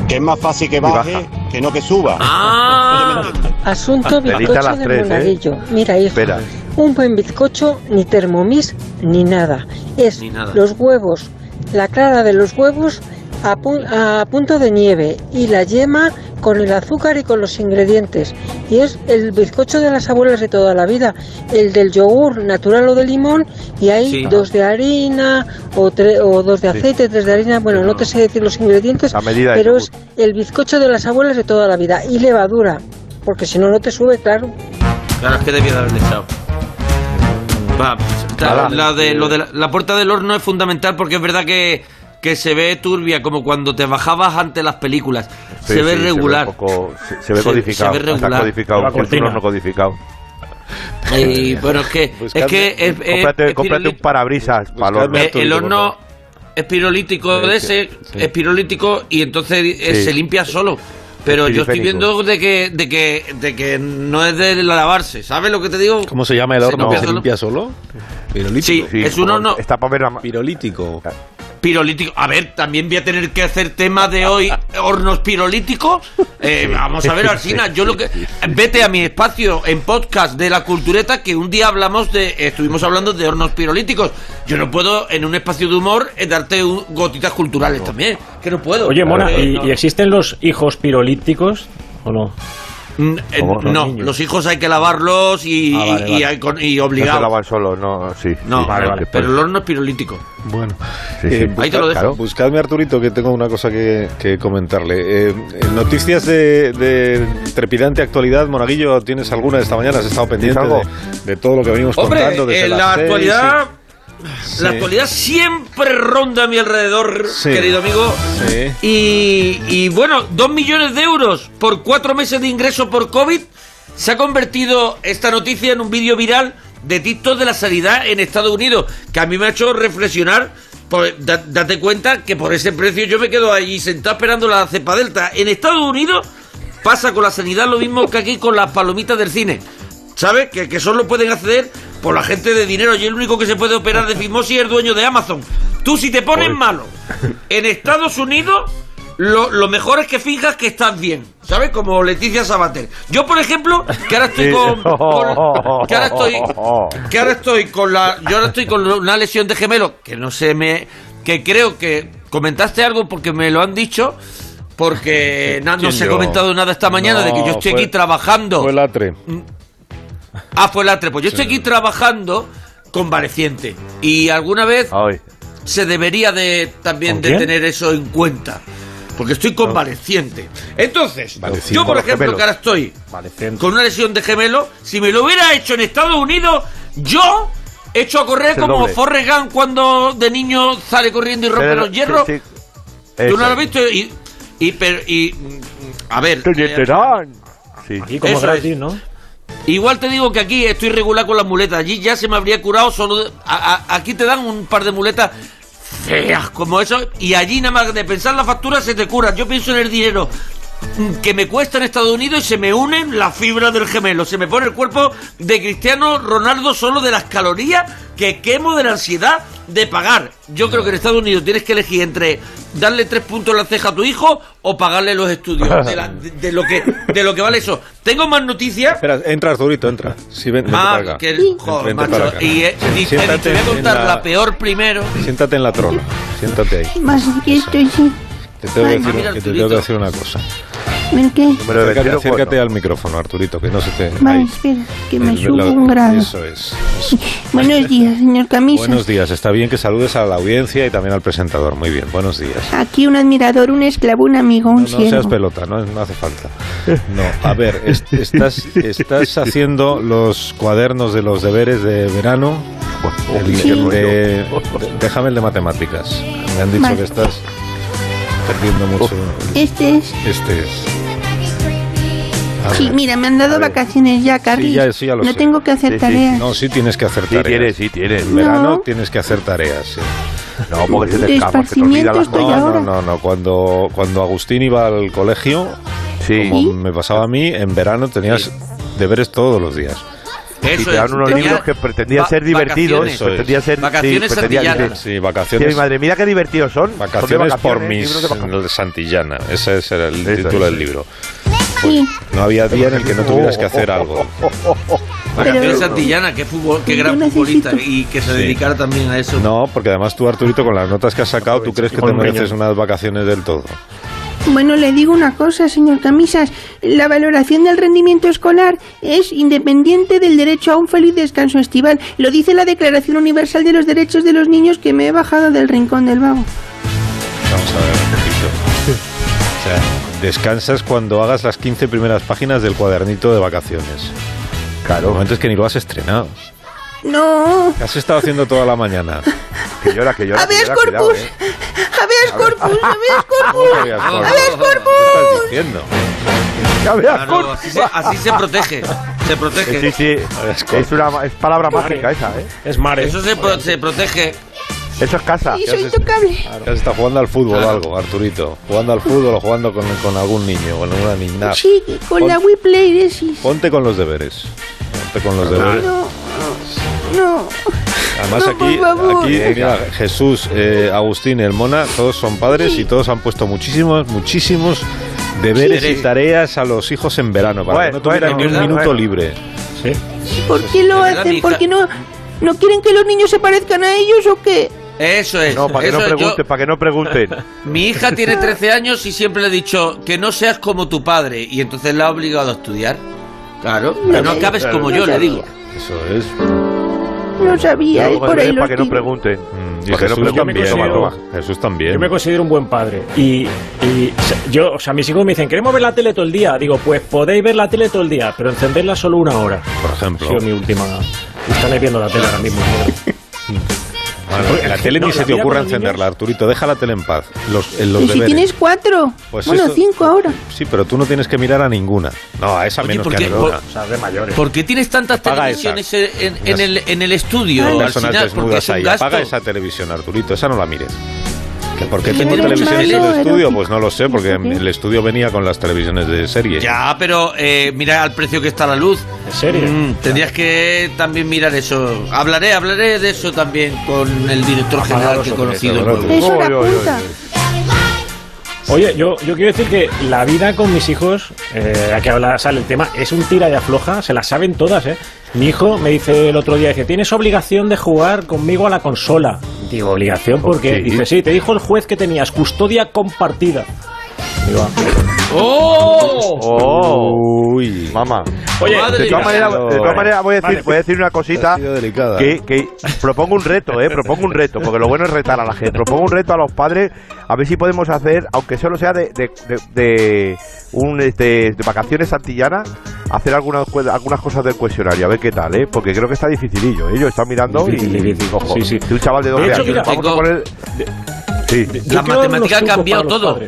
Speaker 11: que es más fácil que baje que no que suba.
Speaker 4: Ah,
Speaker 9: Asunto
Speaker 2: Delita a las tres, ¿eh?
Speaker 9: Mira, hijo,
Speaker 2: Espera.
Speaker 9: un buen bizcocho, ni termomix, ni nada. Es
Speaker 4: Ni nada.
Speaker 9: los huevos, la clara de los huevos a, pun- a punto de nieve y la yema con el azúcar y con los ingredientes. Y es el bizcocho de las abuelas de toda la vida, el del yogur natural o de limón y hay
Speaker 4: Sí.
Speaker 9: dos de harina o, tre- o dos de aceite, tres de harina, bueno, no te sé decir los ingredientes,
Speaker 2: La medida de
Speaker 9: pero
Speaker 2: yogur.
Speaker 9: es el bizcocho de las abuelas de toda la vida y levadura, porque si no, no te sube, claro.
Speaker 4: claro, Ah, es que debía de haberle echado. Va, la, la de, lo de la, la puerta del horno es fundamental porque es verdad que, que se ve turbia, como cuando te bajabas ante las películas.
Speaker 2: Sí,
Speaker 4: se ve
Speaker 2: sí,
Speaker 4: regular.
Speaker 2: Se ve, un poco- se- se ve
Speaker 4: Se-
Speaker 2: codificado.
Speaker 4: se ve
Speaker 2: Está
Speaker 4: regular.
Speaker 2: codificado.
Speaker 3: La
Speaker 2: es un
Speaker 3: cortina.
Speaker 2: horno codificado.
Speaker 4: Y bueno, es que es que eh, es- es-
Speaker 2: cómprate,
Speaker 4: es
Speaker 2: cómprate un
Speaker 4: pirulito.
Speaker 2: parabrisas para el horno.
Speaker 4: Eh, el horno es pirolítico de ese, es pirolítico y entonces eh,
Speaker 2: Sí.
Speaker 4: se limpia solo. Pero yo estoy
Speaker 2: Piriférico.
Speaker 4: viendo de que, de que, de que no es de lavarse, ¿sabes lo que te digo?
Speaker 1: ¿Cómo se llama el
Speaker 4: Se
Speaker 1: horno?
Speaker 4: limpia
Speaker 1: ¿Se
Speaker 4: solo.
Speaker 1: limpia solo?
Speaker 4: Sí,
Speaker 1: Pirolítico.
Speaker 4: es un
Speaker 2: como
Speaker 4: horno
Speaker 2: Está para ver la ma-
Speaker 1: Pirolítico.
Speaker 4: pirolítico. A ver, también voy a tener que hacer tema de hoy hornos pirolíticos. Eh, Vamos a ver, Alsina, yo lo que vete a mi espacio en podcast de la cultureta que un día hablamos de estuvimos hablando de hornos pirolíticos. Yo no puedo en un espacio de humor eh, darte un- gotitas culturales también, que no puedo.
Speaker 3: Oye, Mona,
Speaker 4: Eh,
Speaker 3: ¿y,
Speaker 4: no.
Speaker 3: y existen los hijos pirolíticos o no?
Speaker 4: Mm, eh,
Speaker 2: ¿Cómo?
Speaker 4: no,
Speaker 3: Niños.
Speaker 4: los hijos hay que lavarlos y,
Speaker 3: Ah, vale,
Speaker 4: y- y hay con- y
Speaker 2: No se
Speaker 4: obligados.
Speaker 2: lavan solo, no, sí.
Speaker 4: No,
Speaker 2: sí, sí,
Speaker 4: vale,
Speaker 2: sí,
Speaker 4: pero
Speaker 2: pues.
Speaker 4: el horno es pirolítico.
Speaker 1: Bueno,
Speaker 2: Sí, sí.
Speaker 4: Eh, Ahí te lo dejo.
Speaker 2: Claro.
Speaker 1: Buscadme a Arturito, que tengo una cosa que, que comentarle. Eh, noticias de, de trepidante actualidad, Monaguillo, ¿tienes alguna de esta mañana? ¿Has estado pendiente
Speaker 2: algo?
Speaker 1: de, de todo lo que venimos
Speaker 4: Hombre,
Speaker 1: contando? desde
Speaker 4: en
Speaker 1: las
Speaker 4: la
Speaker 1: seis?
Speaker 4: actualidad,
Speaker 1: Sí.
Speaker 4: la actualidad siempre ronda a mi alrededor,
Speaker 1: Sí.
Speaker 4: querido amigo.
Speaker 1: Sí.
Speaker 4: Y, y bueno, dos millones de euros por cuatro meses de ingreso por COVID se ha convertido esta noticia en un vídeo viral de TikTok de la sanidad en Estados Unidos, que a mí me ha hecho reflexionar. por- da- date cuenta que por ese precio yo me quedo ahí sentado esperando la cepa delta. En Estados Unidos pasa con la sanidad lo mismo que aquí con las palomitas del cine. ¿Sabes? Que, que solo pueden acceder por la gente de dinero. Y el único que se puede operar de fimosis es el dueño de Amazon. Tú si te pones malo en Estados Unidos, lo, lo mejor es que finjas que estás bien. ¿Sabes? Como Leticia Sabater. Yo, por ejemplo, que ahora estoy
Speaker 2: Sí.
Speaker 4: con... con- que ahora estoy que ahora estoy con la yo ahora estoy con una lesión de gemelo que no se me que creo que comentaste algo porque me lo han dicho porque na- no
Speaker 1: ¿Quién
Speaker 4: se ha
Speaker 1: yo?
Speaker 4: comentado nada esta mañana de que
Speaker 1: No, pues,
Speaker 4: yo estoy
Speaker 1: fue-
Speaker 4: aquí trabajando
Speaker 1: Fue latre.
Speaker 4: ah fue la trepo yo estoy aquí trabajando convaleciente y alguna vez
Speaker 2: pues, Ay,
Speaker 4: se debería de también
Speaker 3: ¿Con
Speaker 4: de
Speaker 3: quién?
Speaker 4: tener eso en cuenta porque estoy convaleciente entonces
Speaker 2: Valeciente.
Speaker 4: yo
Speaker 2: Con
Speaker 4: por
Speaker 2: los
Speaker 4: ejemplo
Speaker 2: Ah. gemelos.
Speaker 4: que ahora estoy con una lesión de gemelo si me lo hubiera hecho en Estados Unidos Yo echo a correr
Speaker 2: Es el
Speaker 4: como
Speaker 2: doble.
Speaker 4: Forrest Gump cuando de niño sale corriendo y rompe
Speaker 2: Pero-
Speaker 4: los hierros.
Speaker 2: sí, sí.
Speaker 4: Tú no lo
Speaker 2: Eso.
Speaker 4: has visto y... y, pero- y, mm, a ver... eh,
Speaker 3: Aquí como
Speaker 4: Eso
Speaker 3: gratis,
Speaker 4: es.
Speaker 3: ¿no?
Speaker 4: Igual te digo que aquí estoy regular con las muletas. Allí ya se me habría curado solo. de- a- a- aquí te dan un par de muletas feas como eso. Y allí nada más de pensar la factura se te cura. Yo pienso en el dinero mm, que me cuesta en Estados Unidos y se me unen las fibras del gemelo. Se me pone el cuerpo de Cristiano Ronaldo solo de las calorías que quemo de la ansiedad de pagar. Yo creo que en Estados Unidos tienes que elegir entre darle tres puntos en la ceja a tu hijo o pagarle los estudios de, la- de- de lo, que, de lo que vale eso. Tengo más noticias.
Speaker 1: Espera, entras, Durito, entra. Sí, ven, vente
Speaker 4: Ah,
Speaker 1: para acá.
Speaker 4: que
Speaker 1: Vente,
Speaker 4: joder,
Speaker 1: vente
Speaker 4: macho.
Speaker 1: para acá.
Speaker 4: Y eh, y te,
Speaker 1: Siéntate
Speaker 4: te voy a contar
Speaker 1: en
Speaker 4: la...
Speaker 1: la-
Speaker 4: peor primero.
Speaker 1: Siéntate en la trona, siéntate ahí.
Speaker 12: Más inquieto, sí.
Speaker 1: Te tengo que
Speaker 12: Ay,
Speaker 1: decir,
Speaker 12: mira,
Speaker 1: que te
Speaker 12: Arturito.
Speaker 1: tengo que decir una cosa.
Speaker 12: ¿El qué?
Speaker 1: Acércate, acércate al micrófono, Arturito, que no se te...
Speaker 12: Vale,
Speaker 1: ahí.
Speaker 12: espera, que me
Speaker 1: El-
Speaker 12: subo
Speaker 1: lo-
Speaker 12: un grado.
Speaker 1: Eso es.
Speaker 12: Buenos días, señor Camisa.
Speaker 1: Buenos días, está bien que saludes a la audiencia y también al presentador. Muy bien, buenos días.
Speaker 12: Aquí un admirador, un esclavo, un amigo, un
Speaker 1: No, no seas
Speaker 12: siervo.
Speaker 1: pelota, no, no hace falta. No, a ver, es- estás, estás haciendo los cuadernos de los deberes de verano. El-
Speaker 12: Sí.
Speaker 1: el de- déjame el de matemáticas. Me han dicho
Speaker 12: Vale.
Speaker 1: que estás perdiendo mucho.
Speaker 12: Este es...
Speaker 1: Este es. A ver.
Speaker 12: Sí, mira, me han dado vacaciones ya, Carlos.
Speaker 1: Sí, ya, eso ya lo
Speaker 12: no
Speaker 1: sé.
Speaker 12: tengo que hacer tareas.
Speaker 1: No, sí tienes que hacer tareas.
Speaker 2: tienes, sí tienes.
Speaker 1: En verano
Speaker 12: No.
Speaker 1: tienes que hacer tareas, sí. No,
Speaker 2: porque se
Speaker 12: te De escapa, se te olvida esparcimiento las estoy
Speaker 1: Ah, No,
Speaker 12: ahora.
Speaker 1: no, no, no. Cuando, cuando Agustín iba al colegio, como me pasaba a mí, en verano tenías deberes todos los días.
Speaker 2: y te dan unos libros que pretendían ser divertidos. Pretendían ser, sí, pretendían-
Speaker 1: Sí, vacaciones.
Speaker 2: Sí, madre mía, qué divertidos son. Son de
Speaker 1: Vacaciones por
Speaker 2: vacaciones, libros
Speaker 1: mis
Speaker 2: de vacaciones.
Speaker 1: Santillana. Ese ese era el
Speaker 2: Eso,
Speaker 1: título
Speaker 2: eso.
Speaker 1: del libro. No había día en el que no tuvieras que hacer algo.
Speaker 4: Vacaciones Santillana, qué, fútbol, qué gran futbolista. Y que se
Speaker 1: Sí.
Speaker 4: dedicara también a eso.
Speaker 1: No, porque además tú, Arturito, con las notas que has sacado, tú crees que te
Speaker 4: Con
Speaker 1: mereces
Speaker 4: riñón.
Speaker 1: unas vacaciones del todo.
Speaker 12: Bueno, le digo una cosa, señor Camisas. La valoración del rendimiento escolar es independiente del derecho a un feliz descanso estival. Lo dice la Declaración Universal de los Derechos de los Niños que me he bajado del rincón del vago.
Speaker 1: Vamos a ver un poquito. O sea, descansas cuando hagas las 15 primeras páginas del cuadernito de vacaciones. Claro. El momento es que ni lo has estrenado.
Speaker 12: No.
Speaker 1: ¿Qué has estado haciendo toda la mañana? Que llora, que llora. eh.
Speaker 12: Habeas corpus. Habeas corpus. Habeas corpus. Habeas corpus.
Speaker 1: ¿Qué estás diciendo?
Speaker 4: Claro, así, se, así se protege. Se protege.
Speaker 2: Sí, sí, es, una, es palabra mágica esa, ¿eh?
Speaker 3: Es mare.
Speaker 4: Eso se, pro- se protege.
Speaker 2: Eso es casa.
Speaker 12: Y soy tocable.
Speaker 1: ¿Qué has estado jugando al fútbol o algo, Arturito? ¿Jugando al fútbol o jugando con, con algún niño? Con una niña.
Speaker 12: Pues Sí, con la Wii Play de sí.
Speaker 1: Ponte con los deberes. Ponte con los deberes.
Speaker 12: No. No.
Speaker 1: Además
Speaker 12: No,
Speaker 1: aquí,
Speaker 12: por favor.
Speaker 1: aquí mira, Jesús, eh, Agustín, el Mona, todos son padres y todos han puesto muchísimos, muchísimos deberes
Speaker 2: Sí.
Speaker 1: y tareas a los hijos en verano para que
Speaker 2: Bueno,
Speaker 1: no tuvieran
Speaker 2: bueno,
Speaker 1: ni un
Speaker 2: ¿verdad?
Speaker 1: minuto
Speaker 2: Bueno.
Speaker 1: libre.
Speaker 12: ¿Por qué lo
Speaker 4: verdad,
Speaker 12: hacen?
Speaker 4: hija.
Speaker 12: ¿Por qué no, no quieren que los niños se parezcan a ellos o qué?
Speaker 4: Eso es.
Speaker 2: No, para que
Speaker 4: eso
Speaker 2: no
Speaker 4: es, yo-
Speaker 2: pregunten, para que no pregunten.
Speaker 4: Mi hija tiene 13 años y siempre le he dicho que no seas como tu padre. Y entonces la ha obligado a estudiar. Claro. Que no acabes como yo, le digo.
Speaker 1: Eso es. mm,
Speaker 12: No sabía, es por ahí los
Speaker 2: eh, para que no
Speaker 12: tiros.
Speaker 2: pregunten.
Speaker 1: Mm, Y
Speaker 2: Para que no
Speaker 1: Jesús
Speaker 2: pregunten.
Speaker 1: también.
Speaker 2: Toma,
Speaker 1: ¿no?
Speaker 2: toma.
Speaker 1: Jesús también.
Speaker 3: Yo me considero un buen padre. Y, y o sea, yo, o sea, mis hijos me dicen, queremos ver la tele todo el día. Digo, pues podéis ver la tele todo el día, pero encenderla solo una hora.
Speaker 1: Por
Speaker 3: Ha
Speaker 1: ejemplo.
Speaker 3: sido mi última. Están viendo la tele ahora mismo.
Speaker 1: Bueno,
Speaker 3: Porque
Speaker 1: la
Speaker 3: es que
Speaker 1: tele
Speaker 3: no,
Speaker 1: ni
Speaker 3: la
Speaker 1: se te
Speaker 3: vida
Speaker 1: ocurra
Speaker 3: con los
Speaker 1: encenderla, Arturito. Deja la tele en paz. Los, en los
Speaker 12: Y si
Speaker 1: deberes.
Speaker 12: tienes cuatro,
Speaker 1: Pues
Speaker 12: bueno,
Speaker 1: eso-
Speaker 12: cinco ahora.
Speaker 1: Sí, pero tú no tienes que mirar a ninguna. No, a esa menos
Speaker 4: ¿por
Speaker 1: que a
Speaker 4: qué?
Speaker 1: ninguna.
Speaker 4: Por-
Speaker 3: de mayores.
Speaker 4: ¿Por qué tienes tantas
Speaker 1: Apaga
Speaker 4: televisiones
Speaker 1: esas.
Speaker 4: en, en el, en el estudio?
Speaker 1: Hay
Speaker 4: al
Speaker 1: personas
Speaker 4: final? Porque
Speaker 1: desnudas
Speaker 4: es un
Speaker 1: ahí.
Speaker 4: gasto.
Speaker 1: Apaga esa televisión, Arturito. Esa no la mires. ¿Que ¿Por qué
Speaker 4: Sí,
Speaker 1: tengo
Speaker 4: pero
Speaker 1: televisión en
Speaker 4: malo,
Speaker 1: el estudio?
Speaker 4: erótico.
Speaker 1: Pues no lo sé, porque el estudio venía con las televisiones de serie.
Speaker 4: Ya, pero eh, mira al precio que está la luz. ¿En
Speaker 3: serio?
Speaker 1: Mm.
Speaker 4: tendrías que también mirar eso. Hablaré, hablaré de eso también con el director general que he conocido. nuevo.
Speaker 12: Eso era puta.
Speaker 3: Oye, yo, yo quiero decir que la vida con mis hijos, eh, a que habla, sale el tema, es un tira y afloja, se la saben todas, ¿eh? Mi hijo me dice el otro día, dice, tienes obligación de jugar conmigo a la consola. Digo, obligación, porque Dice, sí, te dijo el juez que tenías custodia compartida. Digo, ah,
Speaker 4: ¡Oh!
Speaker 1: Uy. Mamá.
Speaker 2: Oye,
Speaker 3: Madre
Speaker 2: Oh. de todas
Speaker 3: mía.
Speaker 2: maneras, de todas maneras voy, a decir,
Speaker 3: Vale,
Speaker 2: voy a decir una cosita que, que propongo un reto, eh, propongo un reto, porque lo bueno es retar a la gente. Propongo un reto a los padres a ver si podemos hacer, aunque solo sea de, de, de- de un este, de vacaciones santillanas, hacer algunas, cue- algunas cosas del cuestionario, a ver qué tal, ¿eh? Porque creo que está dificilillo, ¿eh? Yo estaba mirando
Speaker 3: Difícil,
Speaker 2: y...
Speaker 3: difícil.
Speaker 2: ojo,
Speaker 3: Sí, sí.
Speaker 2: soy un chaval de
Speaker 3: De
Speaker 2: 12
Speaker 3: hecho,
Speaker 2: años,
Speaker 3: mira,
Speaker 2: vamos a
Speaker 3: tengo-
Speaker 2: poner... Sí.
Speaker 4: Las matemáticas han cambiado todo.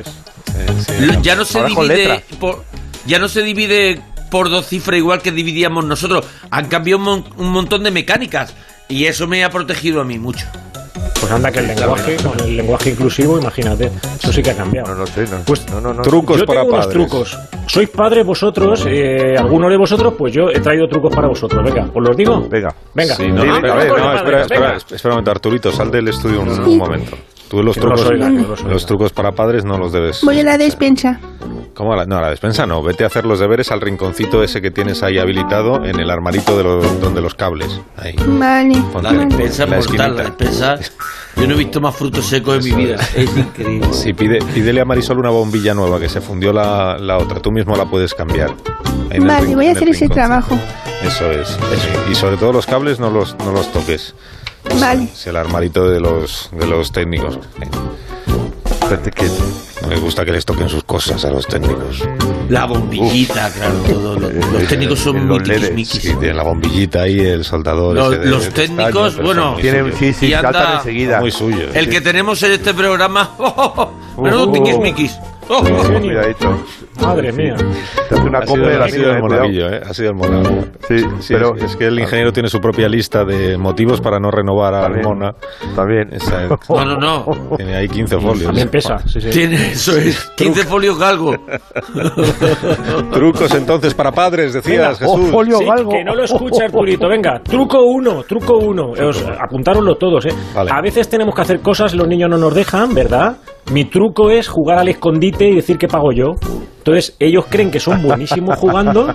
Speaker 4: Lo- Ya no se
Speaker 2: Ahora con letras.
Speaker 4: divide por, ya no se divide por dos cifras igual que dividíamos nosotros. Han cambiado un, mon- un montón de mecánicas y eso me ha protegido a mí mucho.
Speaker 3: Pues anda que el
Speaker 4: Sí,
Speaker 3: lenguaje, con el lenguaje inclusivo, imagínate, eso sí que ha cambiado. No,
Speaker 2: no.
Speaker 1: Trucos
Speaker 3: yo
Speaker 1: para
Speaker 3: tengo unos
Speaker 1: padres.
Speaker 3: trucos. Sois padres vosotros, eh, alguno de vosotros, pues yo he traído trucos para vosotros. Venga, os los digo.
Speaker 2: Venga,
Speaker 3: venga.
Speaker 1: Sí, no,
Speaker 3: Venga,
Speaker 1: espera,
Speaker 3: vamos
Speaker 1: no,
Speaker 3: con los
Speaker 1: espera,
Speaker 3: padres,
Speaker 1: espera,
Speaker 3: venga.
Speaker 1: espera un momento, Arturito, sal del estudio un, un momento. Tú los
Speaker 3: Que no lo
Speaker 1: trucos,
Speaker 3: soy, que no lo soy.
Speaker 1: los trucos para padres no los debes.
Speaker 12: Voy a la despensa.
Speaker 1: ¿Cómo? A la, no, a la despensa no. Vete a hacer los deberes al rinconcito ese que tienes ahí habilitado en el armarito de los, donde los cables. Ahí.
Speaker 12: Vale.
Speaker 1: Ponte
Speaker 4: La despensa
Speaker 1: en
Speaker 4: mortal,
Speaker 1: esquinita.
Speaker 4: la despensa. Yo no he visto más frutos secos en mi vida. Es increíble.
Speaker 1: Sí, pide, pídele a Marisol una bombilla nueva que se fundió la, la otra. Tú mismo la puedes cambiar. En el
Speaker 12: Vale,
Speaker 1: rin-
Speaker 12: voy a
Speaker 1: en el
Speaker 12: hacer ese
Speaker 1: rinconcito.
Speaker 12: trabajo.
Speaker 1: Eso es. sí. Y sobre todo los cables no los, no los toques.
Speaker 12: Vale.
Speaker 1: Es el armarito de los, de los técnicos. Fíjate que no les gusta que les toquen sus cosas a los técnicos.
Speaker 4: La bombillita, claro, todo. Lo- Los, técnicos son muy
Speaker 1: Eh, los LEDs,
Speaker 4: tiquismiquis.
Speaker 1: Sí, tienen la bombillita ahí, el soldador.
Speaker 4: Los-
Speaker 1: ese de-
Speaker 4: los
Speaker 1: de pestañas,
Speaker 4: técnicos,
Speaker 1: pero
Speaker 4: bueno,
Speaker 1: son muy
Speaker 4: tienen-
Speaker 1: suyos.
Speaker 4: sí, sí, Y anda- saltan enseguida.
Speaker 1: Muy suyo.
Speaker 4: El que tenemos en este programa. oh, menudo Oh,
Speaker 1: Uh.
Speaker 4: tiquismiquis.
Speaker 2: Cuidadito.
Speaker 3: Madre mía.
Speaker 2: Te hace una
Speaker 1: Ha sido,
Speaker 2: copia de la
Speaker 1: ha sido
Speaker 2: vida,
Speaker 1: el
Speaker 2: eh,
Speaker 1: monaguillo, ¿eh? Ha sido el monaguillo. Sí, pero
Speaker 2: pero-
Speaker 1: es, es que el ingeniero tiene su propia lista de motivos para no renovar a
Speaker 2: También,
Speaker 1: Mona.
Speaker 2: También.
Speaker 4: oh. No, no,
Speaker 1: Oh,
Speaker 4: no.
Speaker 1: Tiene ahí 15 folios.
Speaker 3: También pesa, sí, sí.
Speaker 4: Tiene, eso es, 15 folios galgo.
Speaker 1: Trucos entonces para padres, decías,
Speaker 3: Venga,
Speaker 2: oh,
Speaker 1: Jesús.
Speaker 3: Sí, que no lo escucha Arturito. Venga, truco uno, truco uno. Os, apuntaronlo todos, ¿eh?
Speaker 1: Vale.
Speaker 3: A veces tenemos que hacer cosas, los niños no nos dejan, ¿verdad? Mi truco es jugar al escondite y decir que pago yo. Entonces ellos creen que son buenísimos jugando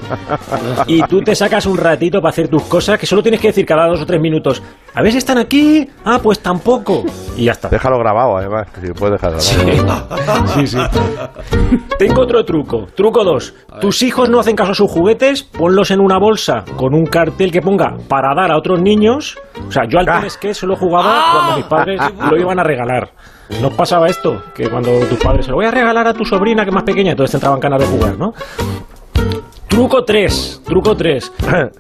Speaker 3: y tú te sacas un ratito para hacer tus cosas que solo tienes que decir cada dos o tres minutos. A veces están aquí, ah, pues tampoco. Y ya está.
Speaker 2: Déjalo grabado, además. que Si puedes dejarlo grabado.
Speaker 3: Sí, sí. Tengo otro truco. Truco 2. Tus hijos no hacen caso a sus juguetes, ponlos en una bolsa con un cartel que ponga para dar a otros niños. O sea, yo al tenis que solo jugaba cuando mis padres lo iban a regalar. Nos pasaba esto, que cuando tus padres se lo voy a regalar a tu sobrina que es más pequeña, entonces te entraban ganas de jugar, ¿no? Truco 3, truco 3.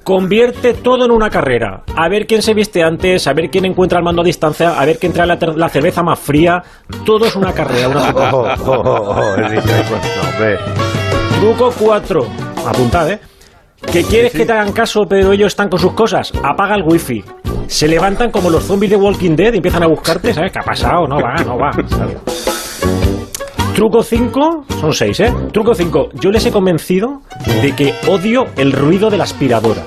Speaker 3: Convierte todo en una carrera. A ver quién se viste antes, a ver quién encuentra el mando a distancia, a ver quién trae la, ter- la cerveza más fría. Todo es una carrera, una carrera.
Speaker 2: Oh, oh, oh, oh, el ingeniero, no, hombre.
Speaker 3: Truco 4. Apuntad, ¿eh? Que quieres que te hagan caso, pero ellos están con sus cosas. Apaga el wifi. Se levantan como los zombies de Walking Dead y empiezan a buscarte, ¿sabes? ¿Qué ha pasado? No va, no va. ¿sabes? Truco 5, son 6, ¿eh? Truco 5, yo les he convencido de que odio el ruido de la aspiradora.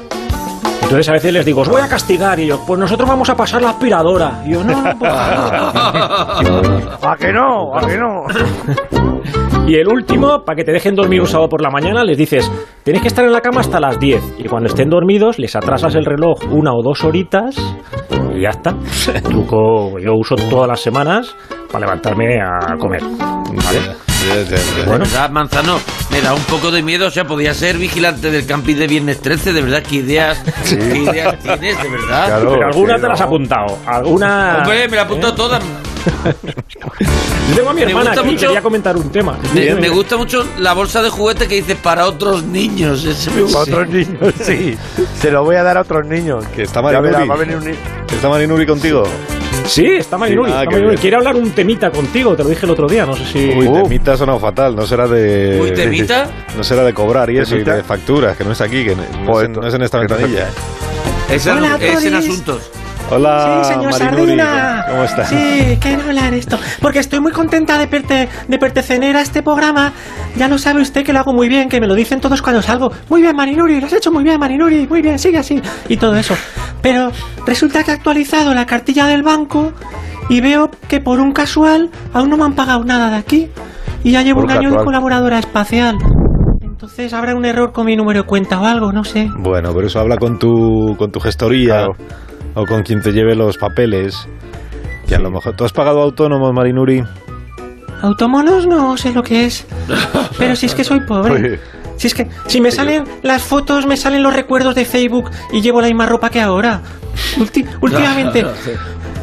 Speaker 3: Entonces a veces les digo, os voy a castigar, y ellos, pues nosotros vamos a pasar la aspiradora. Y yo, no, por favor".
Speaker 2: ¿A Ah, que no? ¿A que no?
Speaker 3: Y el último, para que te dejen dormir un sábado por la mañana, les dices, tenéis que estar en la cama hasta las 10. Y cuando estén dormidos, les atrasas el reloj una o dos horitas y ya está. Truco, yo uso todas las semanas para levantarme a comer. ¿Vale?
Speaker 4: De verdad, Manzano, me da un poco de miedo. O sea, podía ser vigilante del camping de Viernes 13. De verdad, qué ideas, qué ideas tienes, de verdad.
Speaker 3: Pero alguna te las has apuntado. Alguna...
Speaker 4: Hombre, me la he apuntado toda.
Speaker 3: Yo tengo a mi
Speaker 4: me
Speaker 3: hermana
Speaker 4: gusta
Speaker 3: aquí,
Speaker 4: mucho-
Speaker 3: quería comentar un tema.
Speaker 4: Me, me gusta mucho la bolsa de juguetes que dices para otros niños. Ese me gusta.
Speaker 2: Para otros niños, sí. Se lo voy a dar a otros niños.
Speaker 1: Que está
Speaker 2: Ya
Speaker 1: Marinuri.
Speaker 2: verá, va a venir un ni-
Speaker 1: ¿Está Marinuri contigo?
Speaker 3: Sí, está Marinuri.
Speaker 1: Sí, ah,
Speaker 3: está
Speaker 1: qué
Speaker 3: Marinuri.
Speaker 1: bien.
Speaker 3: Quiere hablar un temita contigo, te lo dije el otro día, no sé si...
Speaker 1: Uy, temita ha sonado fatal. No será de.
Speaker 4: Uy, temita.
Speaker 1: No será de cobrar y eso, y
Speaker 2: ¿Temita?
Speaker 1: de facturas, que no es aquí, que no, no es, en, no es en esta
Speaker 2: que no es
Speaker 1: ventanilla.
Speaker 4: Es, en-
Speaker 13: Hola,
Speaker 4: es en
Speaker 13: Todis.
Speaker 4: asuntos.
Speaker 1: Hola,
Speaker 13: sí, señor
Speaker 1: Marinuri.
Speaker 13: Sardina.
Speaker 1: ¿Cómo estás?
Speaker 13: Sí, quiero hablar esto. Porque estoy muy contenta de, perte- de pertenecer a este programa. Ya lo sabe usted que lo hago muy bien, que me lo dicen todos cuando salgo. Muy bien, Marinuri, lo has hecho muy bien, Marinuri, muy bien, sigue así. Y todo eso. Pero resulta que he actualizado la cartilla del banco y veo que por un casual aún no me han pagado nada de aquí. Y ya llevo
Speaker 2: Por
Speaker 13: un año de
Speaker 2: casual.
Speaker 13: colaboradora espacial. Entonces habrá un error con mi número de cuenta o algo, no sé.
Speaker 1: Bueno, pero eso habla con tu, con tu gestoría o con quien te lleve los papeles. Y a lo mejor. ¿Tú has pagado autónomos, Marinuri?
Speaker 13: Autómonos pues no sé lo que es. Pero si es que soy pobre. Si es que si me salen las fotos, me salen los recuerdos de Facebook y llevo la misma ropa que ahora. Ulti- últimamente.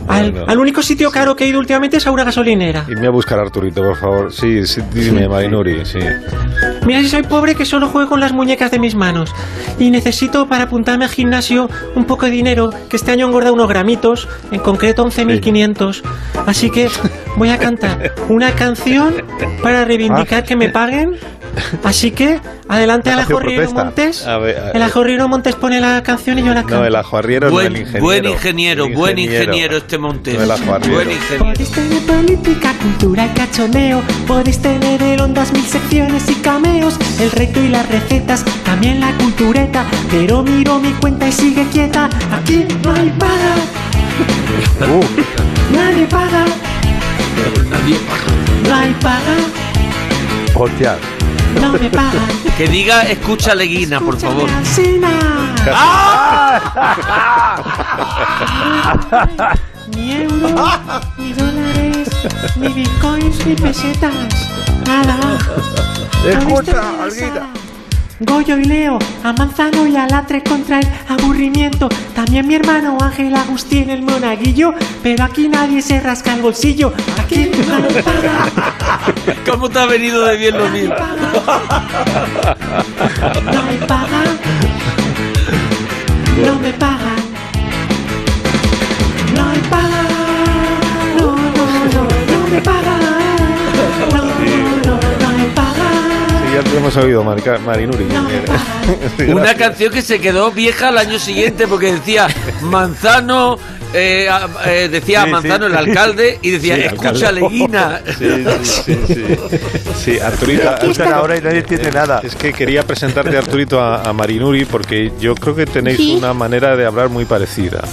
Speaker 13: Al,
Speaker 1: Bueno.
Speaker 13: al único sitio caro que he ido últimamente es a una gasolinera.
Speaker 1: Irme a buscar a Arturito, por favor. Sí, sí, dime, Marinuri, sí.
Speaker 13: Mira si soy pobre que solo juego con las muñecas de mis manos. Y necesito para apuntarme al gimnasio un poco de dinero, que este año engorda unos gramitos, en concreto 11.500. Así que voy a cantar una canción para
Speaker 1: Ah.
Speaker 13: reivindicar que me paguen. Así que adelante al
Speaker 1: Hace
Speaker 13: ajorriero
Speaker 1: protesta.
Speaker 13: Montes.
Speaker 1: A ver, a-
Speaker 13: El ajorriero Montes pone la canción y yo la canto.
Speaker 1: No, el ajuarriero no,
Speaker 4: Buen-
Speaker 1: el ingeniero.
Speaker 4: buen ingeniero,
Speaker 1: El
Speaker 4: buen ingeniero este Montes.
Speaker 1: No, el ajuarriero.
Speaker 4: Buen ingeniero.
Speaker 13: Podéis tener política, cultura y cachondeo. Podéis tener el ondas, mil secciones y cameos. El reto y las recetas, también la cultureta. Pero miro mi cuenta y sigue quieta. Aquí no hay paga, nadie paga, no hay paga,
Speaker 2: Hostia.
Speaker 13: no me pagan.
Speaker 4: Que diga, escucha Leguina, por favor.
Speaker 13: Sina. Ni euros, ni dólares, ni bitcoins, ni pesetas. Nada.
Speaker 2: Escucha,
Speaker 13: ¿Habéis tenido esa? Goyo y Leo, a Manzano y a Latre contra el aburrimiento. También mi hermano Ángel Agustín, el monaguillo. Pero aquí nadie se rasca el bolsillo. Aquí nadie paga,
Speaker 4: ¿Cómo te ha venido de bien lo mío?
Speaker 13: no me pagan. No me pagan. No me pagan. No, no, no, no me pagan. No, no, no, no me pagan.
Speaker 1: Sí, ya te hemos oído, Marca- Marinuri. Sí,
Speaker 4: Una
Speaker 1: gracias.
Speaker 4: canción que se quedó vieja al año siguiente porque decía Manzano, eh, a- eh, decía
Speaker 1: Sí, sí.
Speaker 4: Manzano el alcalde y decía,
Speaker 1: Sí,
Speaker 4: escucha
Speaker 1: alcalde.
Speaker 4: Leguina.
Speaker 1: Sí, Eh, sí, sí. Sí, sí Arturito. eh,
Speaker 2: Aquí está. Ahora y nadie entiende nada.
Speaker 1: Es que quería presentarte, Arturito, a, a Marinuri porque yo creo que tenéis
Speaker 12: Sí.
Speaker 1: una manera de hablar muy parecida.